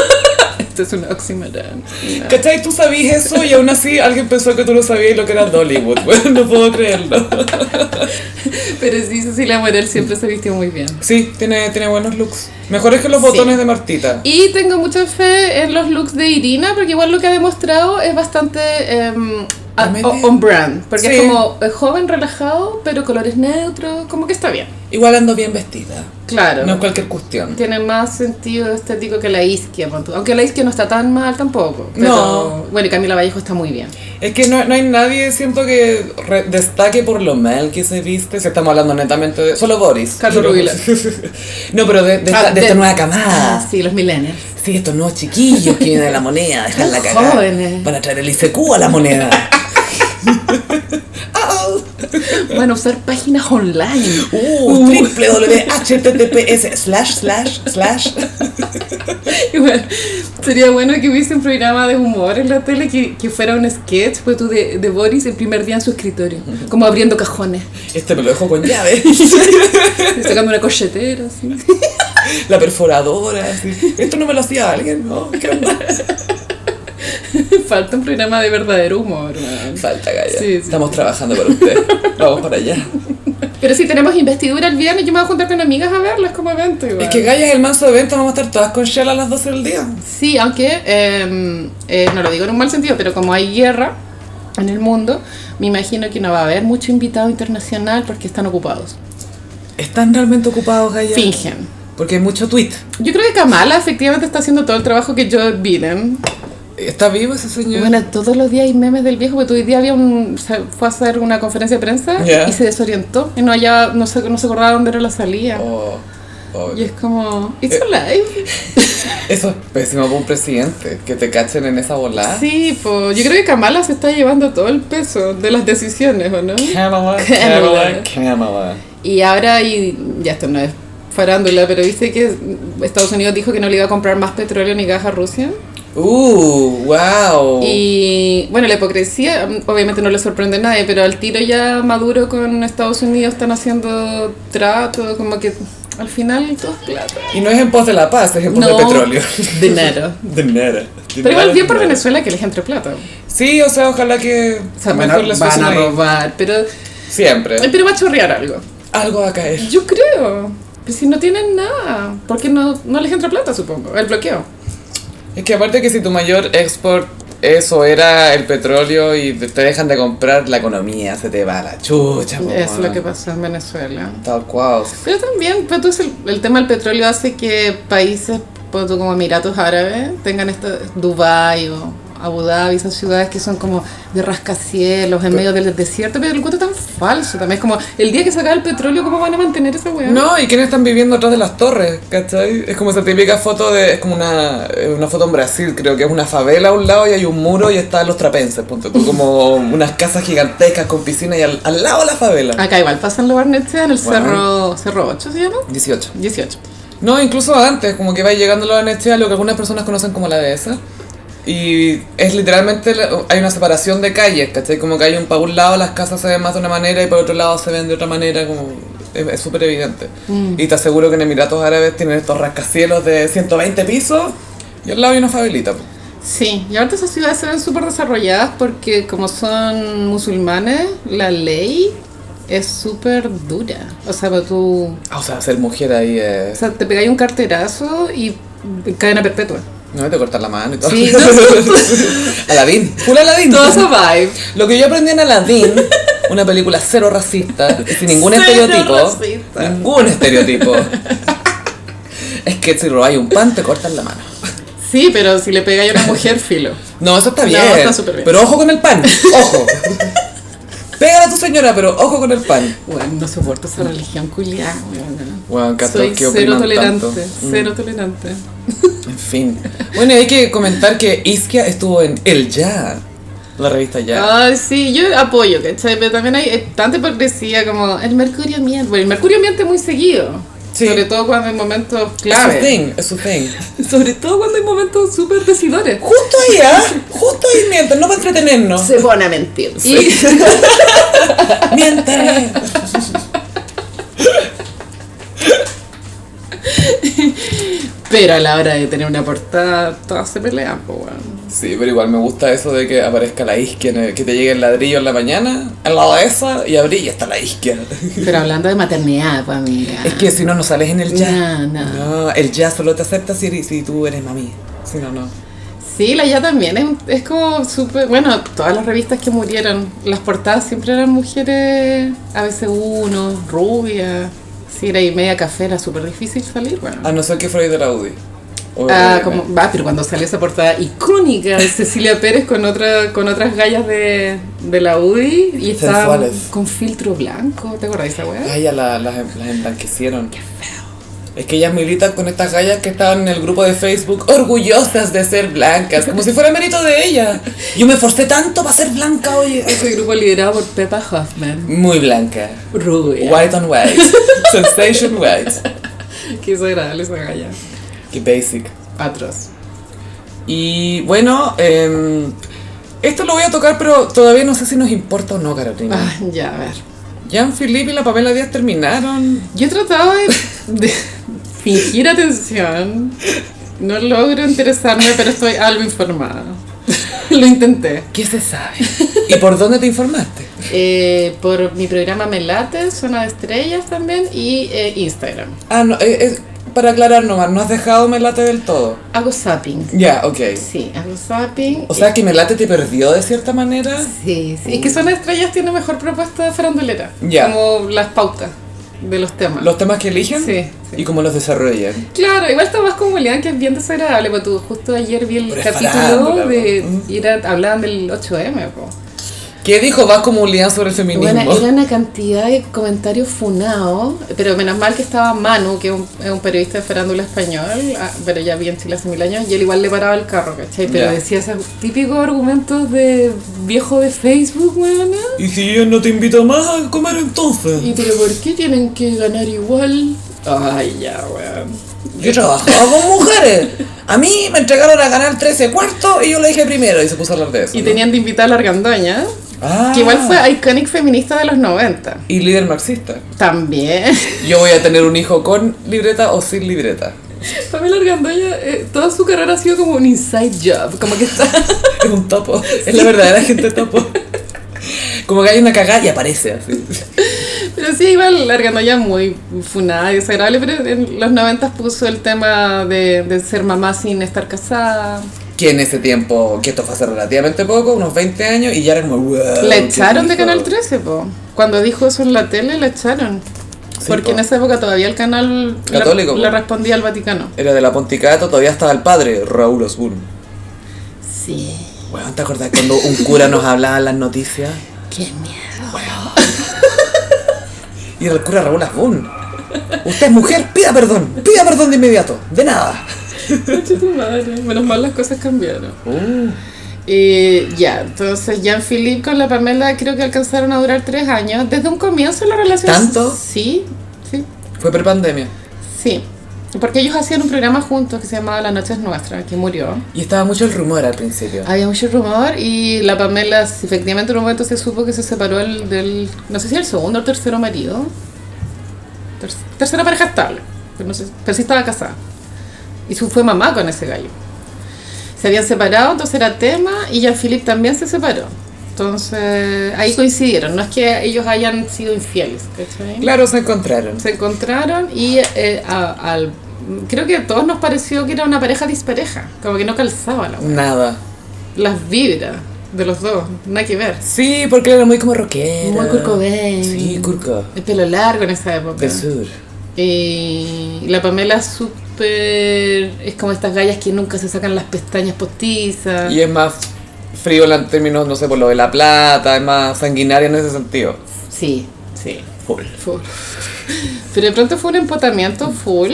Esto es un oxymoron. ¿Cachai? Tú sabías eso y aún así alguien pensó que tú lo sabías y lo que era Dollywood. Bueno, no puedo creerlo. Pero sí, Cecilia Morel siempre se vistió muy bien. Sí, tiene, tiene buenos looks. Mejores que los Sí. botones de Martita. Y tengo mucha fe en los looks de Irina, porque igual lo que ha demostrado es bastante em, a- Promete. o- on brand. Porque es Sí. como eh, joven, relajado, pero colores neutros, como que está bien. Igual ando bien vestida. Claro. No es cualquier cuestión. Tiene más sentido estético que la Isquia, pon tú. aunque la Isquia no está tan mal tampoco. Pero, No. Bueno, y Camila Vallejo está muy bien. Es que no, no hay nadie, siento que re- destaque por lo mal que se viste. Si estamos hablando netamente de. Solo Boris. Carlos Solo- Rubilar. no, pero de, de Ah, esta, de de- esta nueva Ah, camada. sí, los millennials. Sí, estos nuevos chiquillos que vienen de la moneda, dejan la Los cagada. jóvenes. Para traer el ICQ a la moneda. Bueno, usar páginas online. Uh, www.https slash slash slash. Igual, sería bueno que hubiese un programa de humor en la tele que, que fuera un sketch pues, tú de, de Boris el primer día en su escritorio, como abriendo cajones, Este me lo dejo con llave. y sacando una cochetera, así. La perforadora. así. Esto no me lo hacía alguien, ¿no? ¿Qué onda? Falta un programa de verdadero humor. weón. Falta, Gaya. Sí, sí. Estamos trabajando para usted. Vamos para allá. Pero si tenemos investidura el viernes, yo me voy a juntar con amigas a verlas como evento. Igual. Es que Gaya es el manso de venta, vamos a estar todas con Shell a las 12 del día. Sí, aunque eh, eh, no lo digo en un mal sentido, pero como hay guerra en el mundo, me imagino que no va a haber mucho invitado internacional porque están ocupados. Están realmente ocupados, Gaya. Fingen. Porque hay mucho tweet. Yo creo que Kamala efectivamente está haciendo todo el trabajo que Joe Biden. ¿Está vivo ese señor? Bueno, todos los días hay memes del viejo, porque hoy día había un, se fue a hacer una conferencia de prensa Ya. y se desorientó. Y no, hallaba- no, se, no se acordaba dónde era la salida. Oh, oh. Y es como, it's alive. Eso es pésimo para un presidente. Que te cachen en esa volada. Sí, pues yo creo que Kamala se está llevando todo el peso de las decisiones, ¿o no? Kamala, Kamala, Kamala. Kamala. Y ahora, y ya esto no es farándula, pero viste que Estados Unidos dijo que no le iba a comprar más petróleo ni gas a Rusia. Uh, Oh. wow. Y bueno, la hipocresía mm, obviamente no le sorprende a nadie, pero al tiro ya Maduro con Estados Unidos están haciendo trato, como que Al final todo es plata. Y no es en pos de la paz, es en pos No, de petróleo. dinero. dinero. Pero igual bien por Dinero. Venezuela que les entre plata. Sí, o sea, ojalá que O sea, van a, mejor les van a funcione ahí. robar, pero, Siempre. pero va a chorrear algo. Algo va a caer. Yo creo. Pues si no tienen nada, ¿por qué no, no les entra plata, supongo? El bloqueo. Es que aparte que si tu mayor export eso era el petróleo y te te dejan de comprar, la economía se te va a la chucha. po, es lo weón. que pasó en Venezuela. Tal cual. Pero también, pues, tú, es el, el tema del petróleo hace que países pues, tú, como Emiratos Árabes tengan esta, Dubái o Abu Dhabi, esas ciudades que son como de rascacielos en medio del desierto, pero el cuento tan falso también. Es como, el día que se acabe el petróleo, ¿cómo van a mantener esa weá? No, ¿y quiénes están viviendo atrás de las torres? ¿Cachai? Es como esa típica foto de... Es como una, eh, una foto en Brasil, creo que es una favela a un lado y hay un muro y están los trapenses, punto. Tú como unas casas gigantescas con piscina y al, al lado de la favela. Acá igual pasan los barnetes en el Bueno. cerro, cerro 8, ¿se llama? 18. 18. No, incluso antes, como que va llegando la NHA, a lo que algunas personas conocen como la dehesa. Y es literalmente, la- hay una separación de calles, ¿cachai? Como que hay un, para un lado las casas se ven más de una manera y por otro lado se ven de otra manera, como es es súper evidente. Mm. Y te aseguro que en Emiratos Árabes tienen estos rascacielos de 120 pisos y al lado hay una favelita. po. Sí, y ahorita esas ciudades se ven súper desarrolladas porque como son musulmanes, la ley es súper dura. O sea, pero tú, Ah, o sea, ser mujer ahí o es... sea, te pegáis un carterazo y cadena perpetua. No, y te cortar la mano y todo. Sí, no, Aladín. Full Aladín. Toda esa vibe. Lo que yo aprendí en Aladdin, una película cero racista, y sin ningún Cero estereotipo, racista. ningún estereotipo, es que si robáis un pan te cortan la mano. Sí, pero si le pegáis a una mujer, filo. No, eso está No, bien, está súper bien. pero ojo con el pan, ojo. Pégale a tu señora, pero ojo con el pan. Bueno, no soporto esa religión culiada, Weón, Cato, Soy ¿qué cero opinan tolerante, tanto? Mm. cero tolerante. En fin. Bueno, y hay que comentar que Isquia estuvo en El Ya, la revista Ya. Ay, sí, yo apoyo, ¿cachai? Pero también hay eh, tanta hipocresía como el mercurio miente. Bueno, el mercurio miente muy seguido. Sí. Sobre todo cuando hay momentos Es su clave. thing, es su thing. Sobre todo cuando hay momentos súper decidores. Justo ahí, ¿ah? Justo ahí mientras, no para entretenernos. Se pone a mentir. Miente. pero a la hora de tener una portada, todas se pelean, pues bueno. Sí, pero igual me gusta eso de que aparezca la isquia, en el- que te llegue el ladrillo en la mañana, al lado de esa, y abrí y está la isquia. Pero hablando de maternidad, pues amiga. Es que si no, no sales en el ya. No, no. el ya solo te acepta si, eres- si tú eres mami. Si no, no. Sí, la ya también es, un- es como súper. Bueno, todas las revistas que murieron, las portadas siempre eran mujeres, a veces uno, rubia. Si era y media café, era súper difícil salir. Bueno. A Ah, no ser que Freud de la UDI. O- eh, Ah, como, va, pero cuando salió esa portada icónica de Cecilia Pérez con otra con otras gallas de, de la UDI y estaba Sensuales. con filtro blanco, ¿te acordás de esa weá? Ay, ya la- las, em- las emblanquecieron. Qué feo. Es que ellas militan con estas gallas que estaban en el grupo de Facebook orgullosas de ser blancas, como si fuera mérito de ellas. Yo me esforcé tanto para ser blanca, oye. Ese grupo liderado por Peppa Hoffman, Muy blanca. rubia. White on white. Sensation white. Qué desagradable esa galla. Qué basic. Atroz. Y bueno, em, esto lo voy a tocar, pero todavía no sé si nos importa o no, Carolina. Ah, ya, a ver. Jean-Philippe y la Pamela Díaz terminaron. Yo he tratado de, de fingir atención. No logro interesarme, pero estoy algo informada. Lo intenté. ¿Qué se sabe? ¿Y por dónde te informaste? Eh, por mi programa Melate, Zona de Estrellas también y eh, Instagram. Ah, no, eh, eh, para aclarar nomás, no has dejado Melate del todo. Hago zapping. Ya, ok. Sí, hago zapping. O sea que Melate te perdió de cierta manera. sí, sí. Es que Zona de Estrellas tiene mejor propuesta farandulera. Ya. Como las pautas de los temas. Los temas que eligen Sí, sí. y cómo los desarrollan. Claro, igual está más como Lean, que es bien desagradable, porque tú justo ayer vi el Pero es farándula, capítulo de... po. Mm. y era- hablaban del 8M, po. ¿Qué dijo Vasco Mulián sobre el Bueno, feminismo? era una cantidad de comentarios funados, pero menos mal que estaba Manu, que es un, es un periodista de farándula español, ah, pero ya vi en Chile hace mil años, y él igual le paraba el carro, ¿cachai? Pero Ya. decía esos típicos argumentos de viejo de Facebook, weona. ¿Y si yo no te invito más a comer entonces? Y pero ¿por qué tienen que ganar igual? Ay, ya, weón. Yo trabajaba con mujeres. A mí me entregaron a ganar 13 cuartos y yo lo dije primero y se puso a hablar de eso. Y ¿no? tenían de invitar a la argandoña, Ah, Que igual fue iconic feminista de los 90. Y líder marxista. También. Yo voy a tener un hijo con libreta o sin libreta. Pamela Argandoña, eh, toda su carrera ha sido como un inside job, como que está... Es un topo. Es la verdadera gente topo. Como que hay una cagada y aparece así. Pero sí, igual Argandoña muy funada y desagradable, pero en los 90 puso el tema de, de ser mamá sin estar casada. Que en ese tiempo, que esto fue hace relativamente poco, unos 20 años, y ya era como. wow, la Oh, qué echaron de rico. Canal 13, po. Cuando dijo eso en la tele, la echaron. Sí, Porque po. en esa época todavía el canal le- Católico, po. le respondía al Vaticano. Era de la Ponticato, todavía estaba el padre, Raúl Osbun. Sí, Weón, ¿te acordás cuando un cura nos hablaba en las noticias? qué miedo. Y era el cura Raúl Osbun. Usted es mujer, pida perdón, pida perdón de inmediato, de nada. Concha tu madre. Menos mal las cosas cambiaron. Uh, Eh, ya, entonces Jean-Philippe con la Pamela creo que alcanzaron a durar tres años. Desde un comienzo la relación. ¿Tanto? Sí, sí, fue prepandemia. sí. Porque ellos hacían un programa juntos que se llamaba La Noche es Nuestra, que murió. Y estaba mucho el rumor al principio. Había mucho rumor y la Pamela sí, efectivamente en un momento se supo que se separó el- del, no sé si el segundo o el tercero marido. Ter- tercera pareja estable, pero, no sé, pero sí estaba casada. Y su, fue mamá con ese gallo. Se habían separado, entonces era tema y Jean-Philippe también se separó. Entonces ahí coincidieron, no es que ellos hayan sido infieles, ¿cachai? Claro, se encontraron. Se encontraron y eh, a- al, creo que a todos nos pareció que era una pareja dispareja, como que no calzaba la Nada. las vibras de los dos, nada que ver. Sí, porque era muy como rockera. Muy Kurt Cobain. Sí, Curco. El pelo largo en esa época. Del sur. Y la Pamela es súper. Es como estas gallas que nunca se sacan las pestañas postizas. Y es más frío en términos, no sé, por lo de la plata, es más sanguinaria en ese sentido. Sí, sí. Full. Full. Pero de pronto fue un empotamiento full.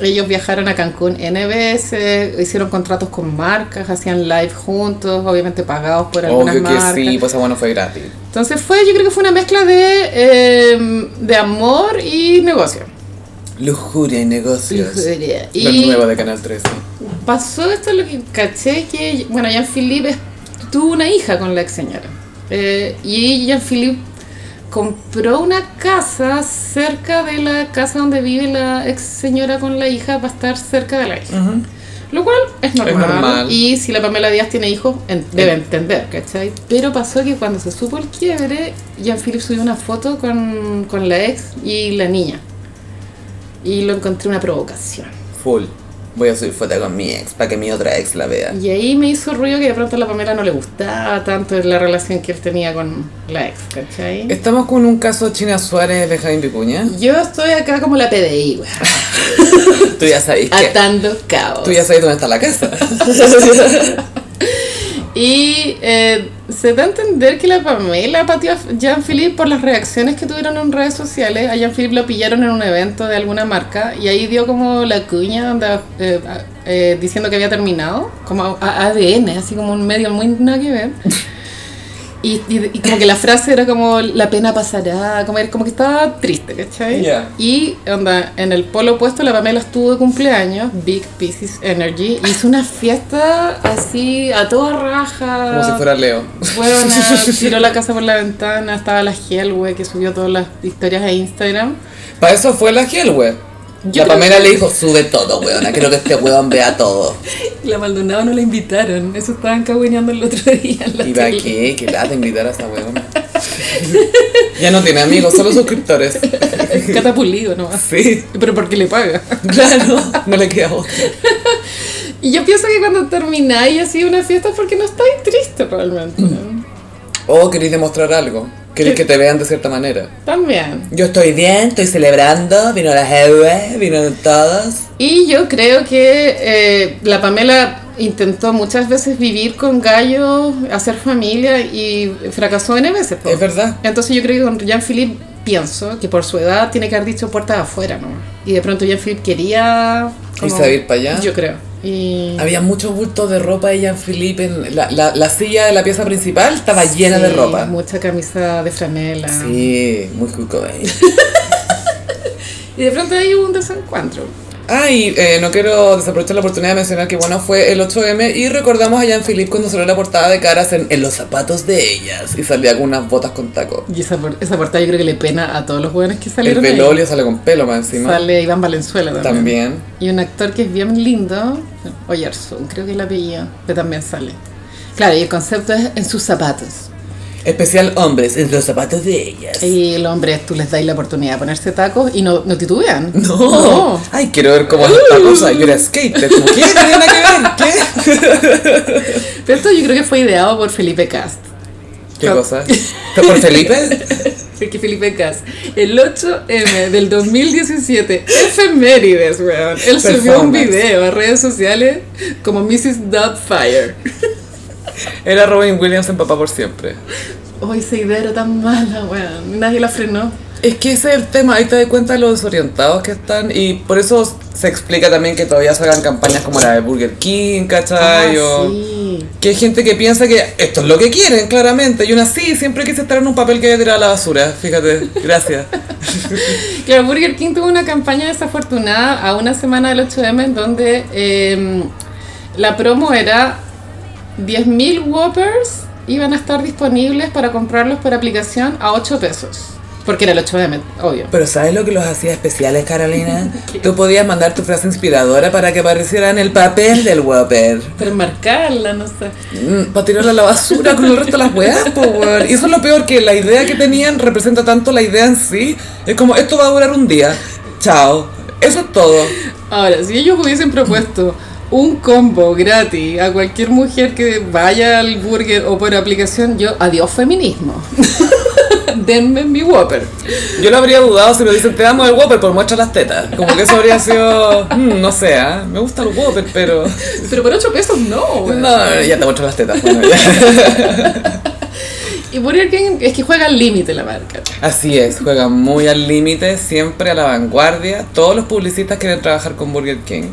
Ellos viajaron a Cancún N veces, hicieron contratos con marcas, hacían live juntos, obviamente pagados por algunas Obvio que marcas. sí, pues esa bueno fue gratis. Entonces fue, yo creo que fue una mezcla de, em, de amor y negocio. Lujuria y negocios. Lujuria. Lo Y- nuevo de Canal 13. Pasó esto lo que caché que, bueno, Jean-Philippe es- tuvo una hija con la ex señora. Eh, y Jean-Philippe compró una casa cerca de la casa donde vive la ex señora con la hija para estar cerca de la hija. Lo cual es normal. normal. Y si la Pamela Díaz tiene hijos, en- debe entender, ¿cachai? Pero pasó que cuando se supo el quiebre, Jean-Philippe subió una foto con, con la ex y la niña. Y lo encontré una provocación. Full. Voy a subir foto con mi ex para que mi otra ex la vea. Y ahí me hizo ruido que de pronto a la Pamela no le gustaba tanto la relación que él tenía con la ex, ¿cachai? Estamos con un caso China Suárez, Benjamín Vicuña. Yo estoy acá como la PDI, weón, Tú ya sabes que. atando cabos. Tú ya sabes dónde está la casa. Y eh, se da a entender que la Pamela pateó a Jean-Philippe por las reacciones que tuvieron en redes sociales. A Jean-Philippe lo pillaron en un evento de alguna marca y ahí dio como la cuña onda, eh, a- eh, diciendo que había terminado, como a- a- ADN, así como un medio muy nada que ver. Y, y- y como que la frase era como la pena pasará, como, era- como que estaba triste, ¿cachai? Ya. Y onda, en el polo opuesto la Pamela estuvo de cumpleaños, Big Pisces Energy, hizo una fiesta así a toda raja. Como si fuera Leo. Huevona, tiró la casa por la ventana, estaba la Giel, güey, que subió todas las historias a Instagram. Para eso fue la gel, wey. Yo La creo Pamela que- le dijo, sube todo, weona. Creo que este weón vea todo. La Maldonado no la invitaron, eso estaban cagüineando el otro día en la ¿Y va tele. qué? ¿Qué lata invitar a esta weona? ya no tiene amigos, solo suscriptores. Catapulido nomás. Sí, Pero porque le paga. claro. No le queda otra. Y yo pienso que cuando termináis así una fiesta es porque no estáis tristes realmente. Mm. O queréis demostrar algo. Queréis que te vean de cierta manera. También. Yo estoy bien, estoy celebrando. Vino las Ewe, vino todas. Y yo creo que eh, la Pamela intentó muchas veces vivir con gallos, hacer familia y fracasó N veces. po. Es verdad. Entonces yo creo que con Jean-Philippe pienso que por su edad tiene que haber dicho puertas afuera, ¿no? Y de pronto Jean-Philippe quería... Irse a vivir para allá. Yo creo. Y... Había muchos bultos de ropa de Jean-Philippe. en La, la, la silla de la pieza principal estaba llena de Sí, ropa. Mucha camisa de franela. Sí, muy cuco. Y de pronto ahí hubo un desencuentro. Ah, y eh, no quiero desaprovechar la oportunidad de mencionar que bueno fue el 8M y recordamos a Jean Philippe cuando salió la portada de caras en, en los zapatos de ellas y salía con unas botas con taco. Y esa, por- esa portada yo creo que le pena a todos los jóvenes que El salieron ahí. velolio sale con pelo más encima. Sale Iván Valenzuela también. También. Y un actor que es bien lindo, Oyarsun, creo que es el apellido, que también sale. Claro, y el concepto es en sus zapatos. Especial hombres, en los zapatos de ellas. Y el hombre, tú les dais la oportunidad de ponerse tacos y no, no titubean. No. Ay, quiero ver cómo es esta cosa. Yo era skater. como, ¿Qué? No tiene nada que ver. ¿Qué? Pero esto yo creo que fue ideado por Felipe Cast. ¿Qué No. cosa? ¿Está por Felipe? Así que Felipe Cast, el 8M del 2017, efemérides, weón. Él subió un Performance. video a redes sociales como Mrs. Doubtfire. Era Robin Williams en Papá por Siempre. Hoy esa idea era tan mala, weón. Nadie la frenó. Es que ese es el tema, ahí te das cuenta de los desorientados que están y por eso se explica también que todavía salgan campañas como la de Burger King, ¿cachai? oh. O- Ah, sí. Que hay gente que piensa que esto es lo que quieren, claramente. Y una sí, siempre quise estar en un papel que haya tirado a la basura, fíjate, gracias. Claro, Burger King tuvo una campaña desafortunada a una semana del 8M en donde eh, la promo era 10.000 Whoppers iban a estar disponibles para comprarlos por aplicación a 8 pesos. Porque era el 8M, obvio. Pero ¿sabes lo que los hacía especiales, Carolina? Tú podías mandar tu frase inspiradora para que apareciera en el papel del Whopper. Pero marcarla, no sé. Mm, para tirarla a la basura con el resto de las weas, po, weón. Y eso es lo peor, que la idea que tenían representa tanto la idea en sí. Es como, esto va a durar un día. Chao. Eso es todo. Ahora, si ellos hubiesen propuesto un combo gratis a cualquier mujer que vaya al burger o por aplicación, yo, adiós feminismo. Denme mi Whopper. Yo lo habría dudado si me dicen, te damos el Whopper por muestra las tetas. Como que eso habría sido, mm, no sé, ¿ah? me gusta el Whopper, pero... Pero por 8 pesos no, No, weón. no, ya te muestro las tetas. bueno, ya. Y Burger King es que juega al límite la marca. Así es, juega muy al límite, siempre a la vanguardia. Todos los publicistas quieren trabajar con Burger King.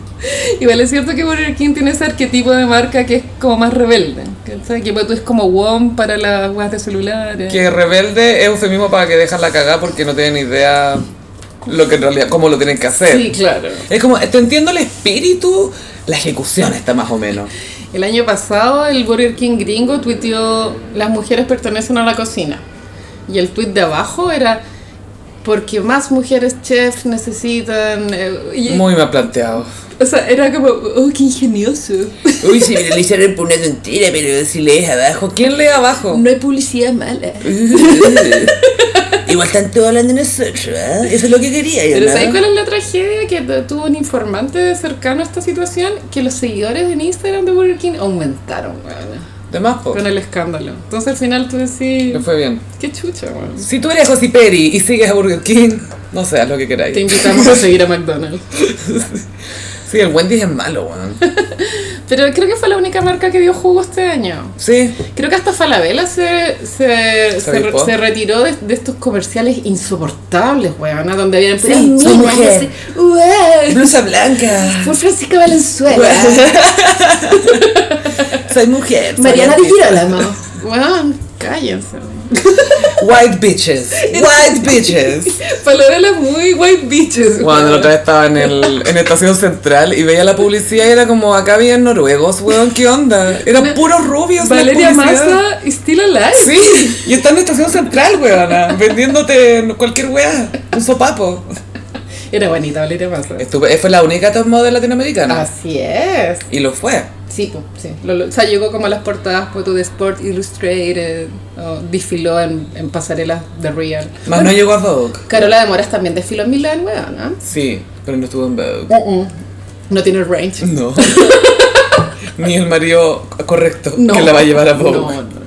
Igual es cierto que Burger King tiene ese arquetipo de marca que es como más rebelde. ¿cachai? Que pues, tú es como WOM para las weas de celulares. Que rebelde es eufemismo para que dejan la cagada porque no tienen idea lo que en realidad, cómo lo tienen que hacer. Sí, claro. Es como, te entiendo el espíritu, la ejecución está más o menos. El año pasado el Burger King gringo tuiteó las mujeres pertenecen a la cocina. Y el tuit de abajo era porque más mujeres chef necesitan... eh, y- Muy mal planteado. o sea, era como, oh, qué ingenioso. Uy, si le hicieron por una tontera, pero si lees abajo, ¿quién lee abajo? No hay publicidad mala. Igual están todos hablando de nosotros, ¿eh? Eso es lo que quería yo, Pero ¿sabes cuál es la tragedia? Que tu- tuvo un informante cercano a esta situación que los seguidores en Instagram de Burger King aumentaron, weón, De más, po. con el escándalo. Entonces al final tú decís, Le Oh. fue bien. qué chucha, weón. Si tú eres Josy Peri y sigues a Burger King, no seas lo que Te queráis. invitamos a seguir a McDonald's. Sí, el Wendy's es malo, weón. Pero creo que fue la única marca que dio jugo este año. Sí, Creo que hasta Falabella se, se, se, re- rifó. se retiró de, de estos comerciales insoportables, weón, ¿no? donde habían Soy mujer. Ué, blusa blanca. Por Francisca Valenzuela. Soy mujer. soy Mariana de artista. Girolamo. Weón, cállense. White bitches. White bitches. Falabella es muy white bitches. Cuando la weón. otra vez estaba en, el, en Estación Central y veía la publicidad y era como, acá habían noruegos, weón, ¿qué onda? Eran puros rubios. en la Valeria publicidad. Massa y Still Alive. Sí, y está en Estación Central, weona, vendiéndote cualquier weá, un sopapo. Era bonita Valeria Massa. Estuve, eh, fue la única top model latinoamericana. Así es. Y lo fue. Sí, po, sí. Lo- lo- o sea, llegó como a las portadas pues, de Sport Illustrated, o desfiló en, en pasarelas de Real. Más no llegó a Vogue. Carola de Moras también desfiló en Milán, weón, ¿no? Sí, pero no estuvo en Vogue. Uh-uh. No tiene range. No. Ni el marido correcto No. que la va a llevar a No, Vogue. no, no.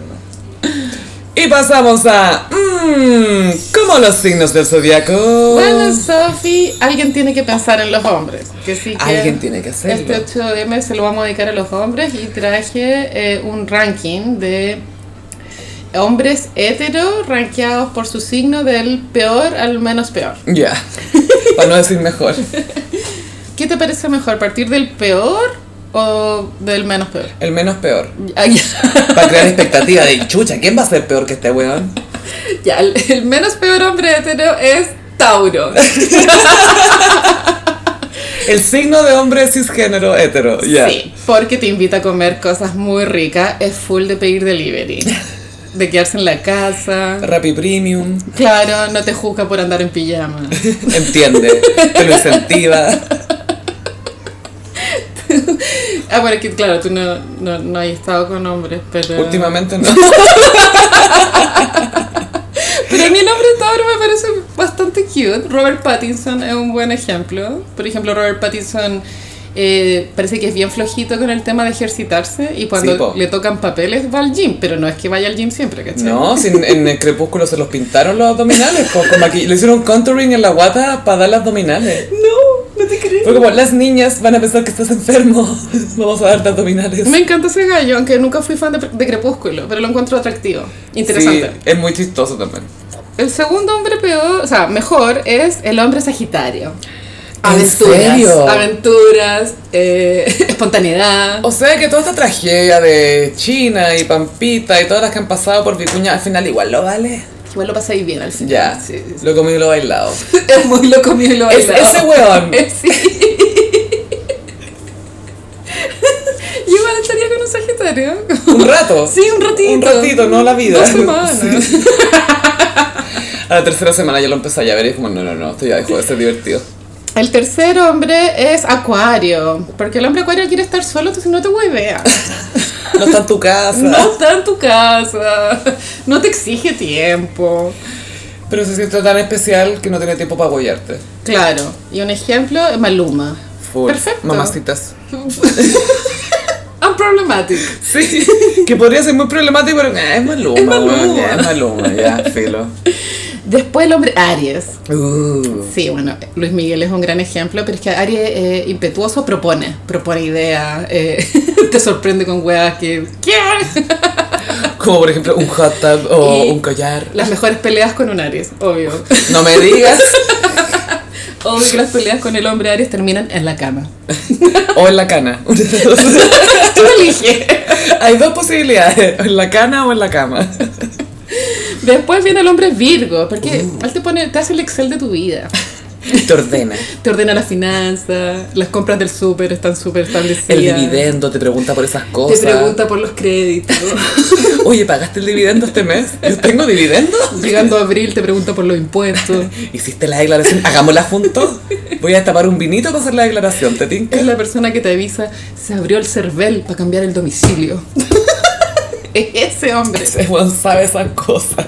Y pasamos a... Mmm, ¿Cómo los signos del zodiaco? Bueno, Sophie, alguien tiene que pensar en los hombres. Que sí que Alguien tiene que hacerlo. Este 8M se lo vamos a dedicar a los hombres y traje eh, un ranking de hombres hetero rankeados por su signo del peor al menos peor. Ya. Para no decir mejor. ¿Qué te parece mejor, partir del peor o del menos peor? El menos peor. Ya, Ah, ya. Para crear expectativa de chucha, ¿quién va a ser peor que este weón? Ya, el, el menos peor hombre hetero es Tauro. El signo de hombre cisgénero hetero. ya. Sí, porque te invita a comer cosas muy ricas, es full de pedir delivery, de quedarse en la casa. Rappi Premium. Claro, no te juzga por andar en pijama. Entiende. Te lo incentiva. Ah, bueno, es que claro, tú no, no, no has estado con hombres, pero... Últimamente no. Pero a mí el hombre Tauro me parece bastante cute. Robert Pattinson es un buen ejemplo. Por ejemplo, Robert Pattinson eh, parece que es bien flojito con el tema de ejercitarse y Sí, po. cuando le tocan papeles va al gym, pero no es que vaya al gym siempre, ¿cachai? No, si en, en el crepúsculo se los pintaron los abdominales. po, con maqui- le hicieron contouring en la guata para dar las abdominales. No, no te creo. Fue como, las niñas van a pensar que estás enfermo. Vamos a darte abdominales. Me encanta ese gallo, aunque nunca fui fan de, de Crepúsculo, pero lo encuentro atractivo, interesante. Sí, es muy chistoso también. El segundo hombre peor, o sea, mejor es el hombre Sagitario. ¿En serio? aventuras, eh, espontaneidad. O sea que toda esta tragedia de China y Pampita y todas las que han pasado por Vicuña, al final igual lo vale. Igual lo pasáis bien al final. Ya, Sí, sí, sí. lo comido y lo bailado. Es muy loco mío y lo Es- bailado. ese weón. Sí. Yo igual estaría con un sagitario. Un rato. Sí, un ratito. Un ratito, no la vida. Dos semanas. A la tercera semana ya lo empecé a ver y es como, no, no, no, esto ya dejó de ser divertido. El tercer hombre es acuario. Porque el hombre acuario quiere estar solo, entonces no te huevea. No está en tu casa. No está en tu casa. No te exige tiempo. Pero se siente tan especial que no tiene tiempo para apoyarte. Claro. Y un ejemplo es Maluma. Full. Perfecto. Mamacitas. Unproblematic. Sí. que podría ser muy problemático, pero eh, es maluma, Es Maluma. weón, ya, es maluma, ya, filo. Después el hombre Aries. Uh. Sí, bueno, Luis Miguel es un gran ejemplo, pero es que Aries eh, impetuoso propone, propone ideas, eh, te sorprende con weas que... ¿Qué? Como por ejemplo un hot tub o Y- un collar. Las mejores peleas con un Aries, obvio. No me digas. Obvio que las peleas con el hombre Aries terminan en la cama. O en la cana. Una de dos. Tú elige. Hay dos posibilidades, o en la cana o en la cama. Después viene el hombre Virgo, porque Uh. él te pone, te hace el Excel de tu vida. Te ordena. Te ordena las finanzas, las compras del súper están súper establecidas. El dividendo, te pregunta por esas Te cosas. pregunta por los créditos. Oye, ¿pagaste el dividendo este mes? ¿Yo tengo dividendo? Llegando a abril te pregunta por los impuestos. ¿Hiciste la declaración? Hagámosla juntos. Voy a tapar un vinito para hacer la declaración, ¿te tinca? Es la persona que te avisa, se abrió el cervel para cambiar el domicilio. es ese hombre. Ese weón sabe esas cosas.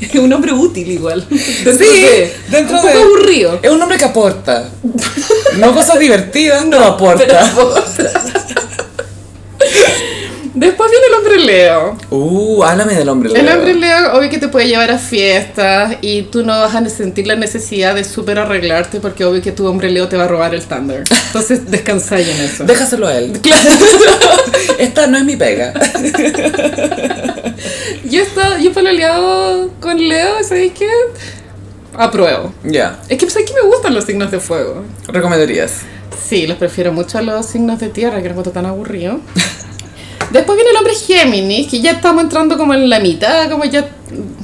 Es un hombre útil igual. sí, dentro un poco de- aburrido. Es un hombre que aporta. No cosas divertidas, no, aporta. Después viene el hombre Leo. Uh, háblame del hombre El Leo. hombre Leo, obvio que te puede llevar a fiestas y tú no vas a sentir la necesidad de súper arreglarte porque obvio que tu hombre Leo te va a robar el thunder. Entonces descansa ahí en eso. Déjaselo a él. Claro. Esta no es mi pega. Yo he yo pololeado con Leo, ¿sabéis qué? Apruebo. Ya, Es que sabéis que me gustan los signos de fuego. recomendarías. Sí, los prefiero mucho a los signos de tierra, que no encuentro tan aburrido. Después viene el hombre Géminis, que ya estamos entrando como en la mitad, como ya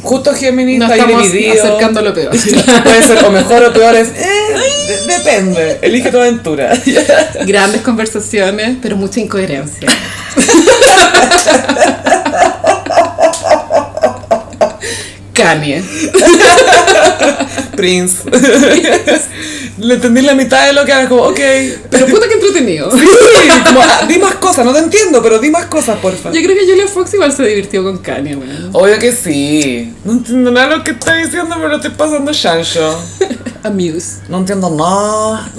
Justo Géminis nos está ahí estamos dividido. acercando a lo peor. Puede ser o mejor o peor es. eh, de- depende. Elige tu aventura. Grandes conversaciones, pero mucha incoherencia. Kanye. Prince. Le entendí la mitad de lo que era como, ok. Pero puta que entretenido. Sí, como, ah, di más cosas, no te entiendo, pero di más cosas, porfa. Yo creo que Julia Fox igual se divirtió con Kanye, weón. Obvio que sí. No entiendo nada de lo que está diciendo, pero lo estoy pasando chancho. Amuse. No entiendo nada.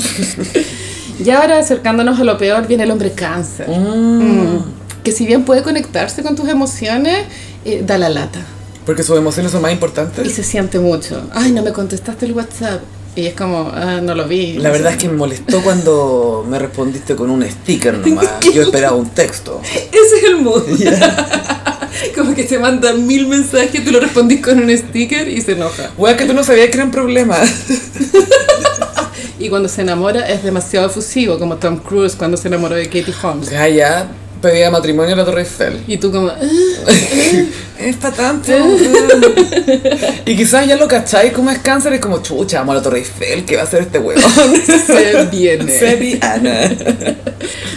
Y ahora acercándonos a lo peor viene el hombre cáncer. Mm. Que si bien puede conectarse con tus emociones, eh, da la lata. Porque sus emociones son más Y importantes. se siente mucho. Ay, no me contestaste el WhatsApp. Y es como, ah, no lo vi. La verdad es que me molestó cuando me respondiste con un sticker nomás. Yo esperaba un texto. Ese es el mood. como que te manda mil mensajes, tú lo respondís con un sticker y se enoja. Wea, que tú no sabías que eran problemas. Y cuando se enamora es demasiado efusivo, como Tom Cruise cuando se enamoró de Katie Holmes. Gaya pedía matrimonio a la Torre Eiffel. Y tú como, ah, es para tanto. y quizás ya lo cacháis como es cáncer, es como chucha, amo a la Torre Eiffel, ¿qué va a hacer este huevo? Se viene. Seriana.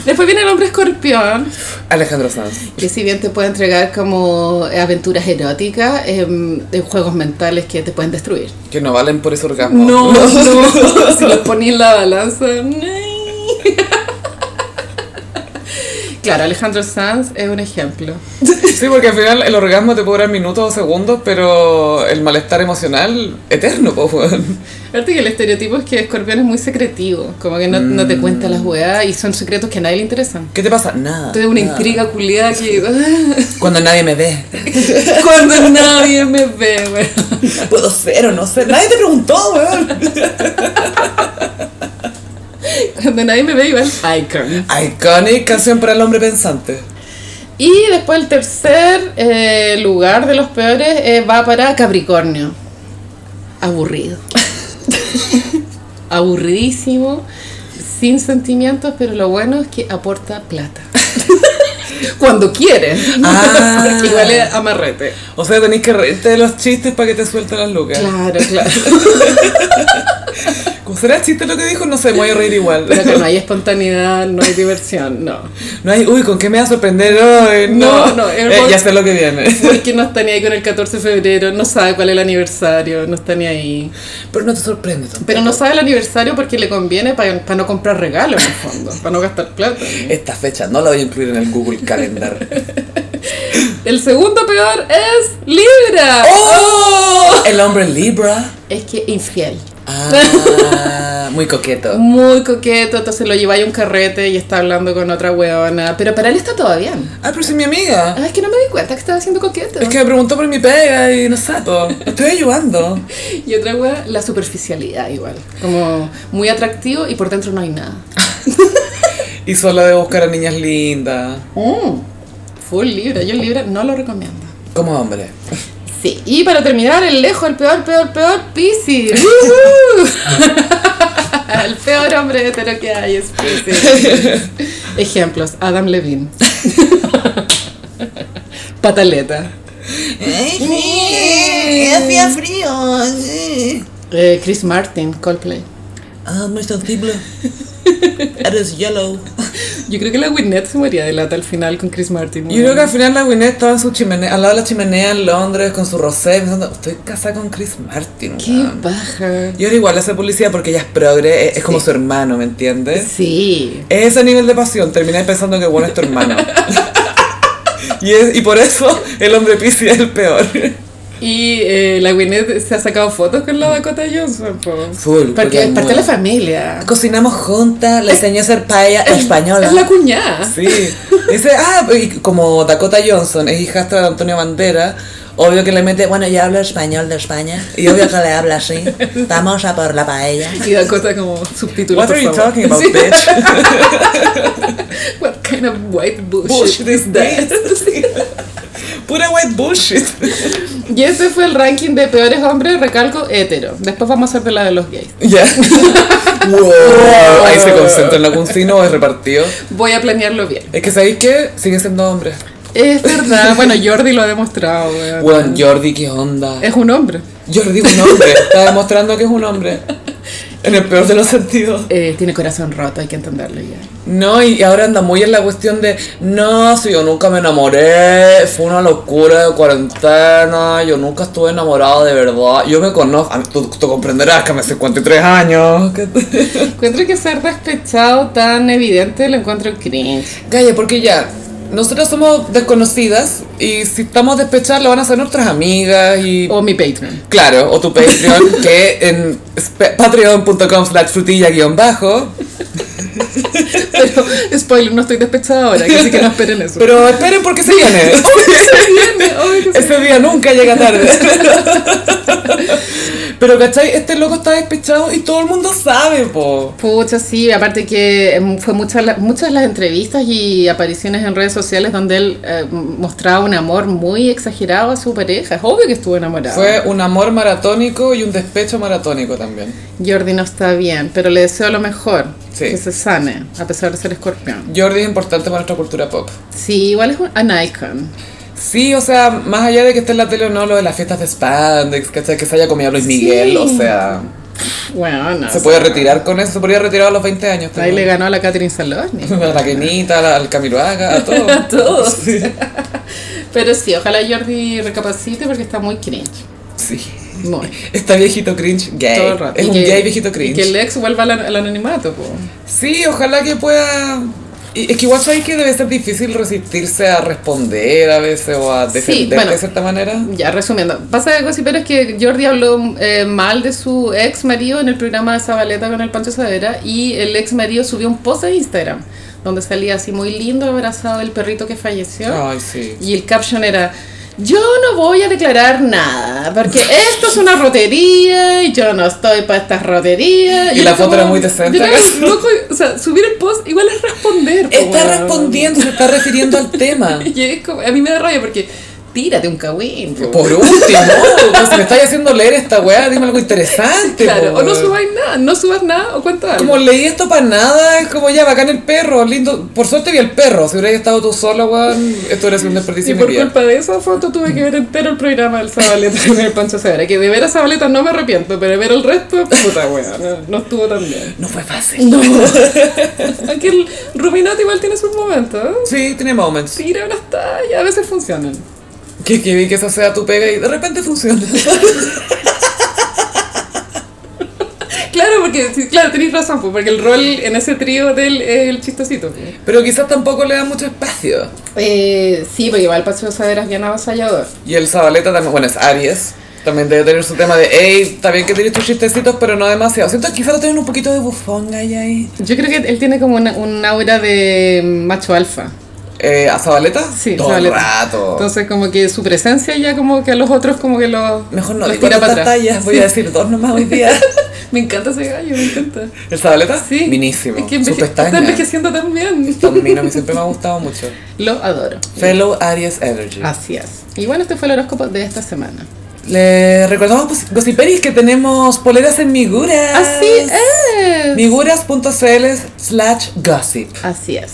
Después viene el hombre escorpión, Alejandro Sanz. que si bien te puede entregar como aventuras eróticas, em, en juegos mentales que te pueden destruir. Que no valen por ese orgasmo. No, no. si lo poní en la balanza. Claro, Alejandro Sanz es un ejemplo. Sí, porque al final el orgasmo te puede durar minutos o segundos, pero el malestar emocional eterno, pues, weón. Aparte que el estereotipo es que escorpión es muy secretivo, como que no, no te cuenta las weas y son secretos que a nadie le interesan. ¿Qué te pasa? Nada. Entonces una intriga culiada que. "Ah, Cuando nadie me ve. Cuando nadie me ve, güey. Puedo ser o no ser. Nadie te preguntó, weón. Cuando nadie me ve, igual icon. Iconic canción para el hombre pensante. Y después el tercer eh, lugar de los peores eh, va para Capricornio. Aburrido. Aburridísimo, sin sentimientos, pero lo bueno es que aporta plata. Cuando quiere. Ah. Igual es amarrete. O sea, tenéis que reírte de los chistes para que te suelten las lucas. Claro, claro. Como será chiste lo que dijo, no sé, me voy a reír igual. Pero que no hay espontaneidad, no hay diversión, no. No hay, uy, ¿con qué me va a sorprender hoy? No, No, no, el Eh, bol- ya sé lo que viene. Porque no está ni ahí con el 14 de febrero, no sabe cuál es el aniversario, no está ni ahí. Pero no te sorprende tampoco. Pero no sabe el aniversario porque le conviene para no comprar regalos en el fondo, para no gastar plata. Esta fecha no la voy a incluir en el Google Calendar. El segundo peor es Libra. ¡Oh! El hombre Libra. Es que infiel. Ah, muy coqueto. Muy coqueto, entonces lo lleváis a un carrete y está hablando con otra weona. Pero para él está todo bien. Ah, pero si mi amiga. Ah, es que no me di cuenta que estaba siendo coqueto. Es que me preguntó por mi pega y no sapo. Estoy ayudando. Y otra wea, la superficialidad igual. Como muy atractivo y por dentro no hay nada. Y solo de buscar a niñas lindas. Mm. Full Libra, yo el Libra no lo recomiendo. Como hombre. Sí, y para terminar, el lejos, el peor, peor, peor, Pisces. el peor hombre hetero que hay es Pisces. Ejemplos, Adam Levine. Pataleta. Hacía frío. Eh, Chris Martin, Coldplay. Ah, muy sensible. Eres yellow. Yo creo que la Winnet se moría de lata al final con Chris Martin. Yo creo que al final la Gwyneth estaba en su chimenea, al lado de la chimenea en Londres con su rosé, pensando, estoy casada con Chris Martin. Qué weón". baja. Y ahora igual esa policía porque ella es progre, es, es como su hermano, ¿me entiendes? Sí. Es ese nivel de pasión, terminé pensando que bueno es tu hermano. y, es- y por eso el hombre Piscis es el peor. Y eh, la Gwyneth se ha sacado fotos con la Dakota Johnson. po. Full, porque Porque es parte muda. de la familia. Cocinamos juntas, le enseñé a hacer paella española. Es la cuñada. Sí. Dice, ah, y como Dakota Johnson es hijastra de Antonio Bandera, obvio que le mete, bueno, yo hablo español de España. Y obvio que le habla así. Vamos a por la paella. Y Dakota como subtítulo. What por are you favor. talking about, Sí. bitch? What kind of white bullshit, Bullshit is that? Pura white bullshit. Y ese fue el ranking de peores hombres, recalco, hetero. Después vamos a hacer de la de los gays. Ya. Wow. Ahí se concentra en algún signo o es repartido. Voy a planearlo bien. Es que sabéis que siguen siendo hombres. Es verdad, bueno, Jordi lo ha demostrado. weón. Bueno, Jordi, ¿qué onda? Es un hombre. Jordi es un hombre. Está demostrando que es un hombre. En el peor de los sentidos. Eh, tiene corazón roto, hay que entenderlo ya. No, y ahora anda muy en la cuestión de No, si yo nunca me enamoré Fue una locura de cuarentena Yo nunca estuve enamorada de verdad Yo me conozco a mí- tú, tú comprenderás que me 53 años Encuentro que ser despechado tan evidente lo encuentro cringe. Calla, porque ya Nosotras somos desconocidas Y si estamos despechadas Lo van a hacer nuestras amigas y... O mi Patreon. Claro, o tu Patreon Que en spe- patreon.com Slash frutilla guión bajo Pero, spoiler, no estoy despechada ahora, así que no esperen eso. Pero esperen porque se viene Ese día nunca llega tarde. Pero, ¿cachai? Este loco está despechado y todo el mundo sabe, po. Pucha, sí, aparte que em, fue muchas la- muchas las entrevistas y apariciones en redes sociales donde él eh, mostraba un amor muy exagerado a su pareja. Es obvio que estuvo enamorado. Fue un amor maratónico y un despecho maratónico también. Jordi no está bien, pero le deseo lo mejor. Sí. Que se sane, a pesar de ser escorpión. Jordi es importante para nuestra cultura pop. Sí, igual es un, an icon. Sí, o sea, más allá de que esté en la tele o no, lo de las fiestas de Spandex, ¿cachai? Que se haya comido a Luis Miguel, o sea, Bueno, no, se o puede sea, retirar con eso, se podría retirar a los 20 años. Ahí también. le ganó a la Catherine Saloni. A la Kenita, a la- al Camiroaga, a todo. A todos. Sí. Pero sí, ojalá Jordi recapacite porque está muy cringe. sí. Muy. Está viejito cringe gay. Todo el rato. Es Y un que- gay viejito y cringe. que el ex vuelva al, al anonimato, po. Sí, ojalá que pueda. y Es que igual sabéis que debe ser difícil resistirse a responder a veces o a defender bueno. de cierta manera. Ya, resumiendo. Pasa de cosas, pero es que Jordi habló eh, mal de su ex marido en el programa de Zabaleta con el Pancho Savera y el ex marido subió un post a Instagram donde salía así muy lindo abrazado del perrito que falleció. Ay, sí. Y el caption era, yo no voy a declarar nada, porque esto es una rotería y yo no estoy para estas roterías. Y yo la como- foto era muy decente. Yo creo que, loco, o sea, subir el post igual es responder. po, Está weón. respondiendo, se está refiriendo al tema. Y es como- a mí me da rabia porque Tírate un cagüín. po". Por último, pues, si me estáis haciendo leer esta weá, dime algo interesante. Claro, po, o no weón. subáis nada, no subas nada o cuenta algo. Como leí esto para nada, es como ya, bacán el perro, lindo. Por suerte vi el perro. Si hubieras estado tú sola, weón, esto hubiera sido un y desperdicio. de por mi vida. culpa de esa foto tuve que ver entero el programa del Zabaleta con el Pancho Severa. Que de ver a Zabaleta no me arrepiento, pero de ver el resto, puta wea, no, no estuvo tan bien. No fue fácil. No. Aunque el Rubinato igual tiene sus momentos. ¿eh? Sí, tiene moments. Tira unas tallas, a veces funcionan. Que, que vi que esa sea tu pega y de repente funciona. Claro, porque sí, claro, tenéis razón, pues, porque el rol en ese trío de él es el chistosito. pues. Pero quizás tampoco le da mucho espacio. Eh, sí, porque va el Pancho Savera es bien avasallador. Y el Zabaleta también, bueno, es Aries. También debe tener su tema de, hey, está bien que tienes tus chistecitos, pero no demasiado. Siento que quizás lo tienen un poquito de bufón ahí, ahí. Yo creo que él tiene como una, un aura de macho alfa. Eh, ¿A Zabaleta? Sí, Todo Zabaleta. el rato. Entonces como que su presencia ya como que a los otros como que los, Mejor no los digo tantas tallas, voy a decir dos nomás hoy día. Me encanta ese gallo, me encanta. ¿El Zabaleta? Sí. Minísimo. Es que Sus enveje- está pestañas. envejeciendo tan bien. También a mí siempre me ha gustado mucho. Lo adoro. Fellow Aries Energy. Ah. Así es. Y bueno, este fue el horóscopo de esta semana. Le recordamos, pues, Gossiperis, que tenemos poleras en Miguras. Ah, Así es. Miguras.cl slash gossip. Así es.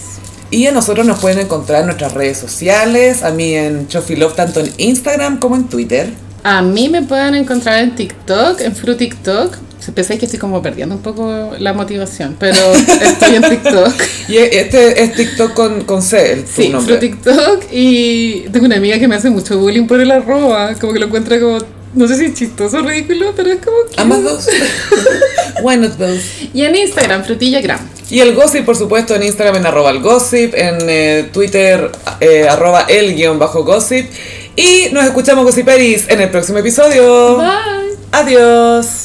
Y a nosotros nos pueden encontrar en nuestras redes sociales, a mí en Chofilove, tanto en Instagram como en Twitter. A mí me pueden encontrar en TikTok, en Fru TikTok. Pensé que estoy como perdiendo un poco la motivación, pero estoy en TikTok. Y e- este es TikTok con, con C, el tu Sí, Fru nombre. TikTok. Y tengo una amiga que me hace mucho bullying por el arroba. Como que lo encuentra como, no sé si es chistoso o ridículo, pero es como... que- Ambas dos. Why not both? Y en Instagram, frutillagram. Y el gossip, por supuesto, en Instagram en arroba el gossip, en eh, Twitter eh, arroba el guión bajo Oh. gossip. Y nos escuchamos, Gossiperis, en el próximo episodio. Bye. Adiós.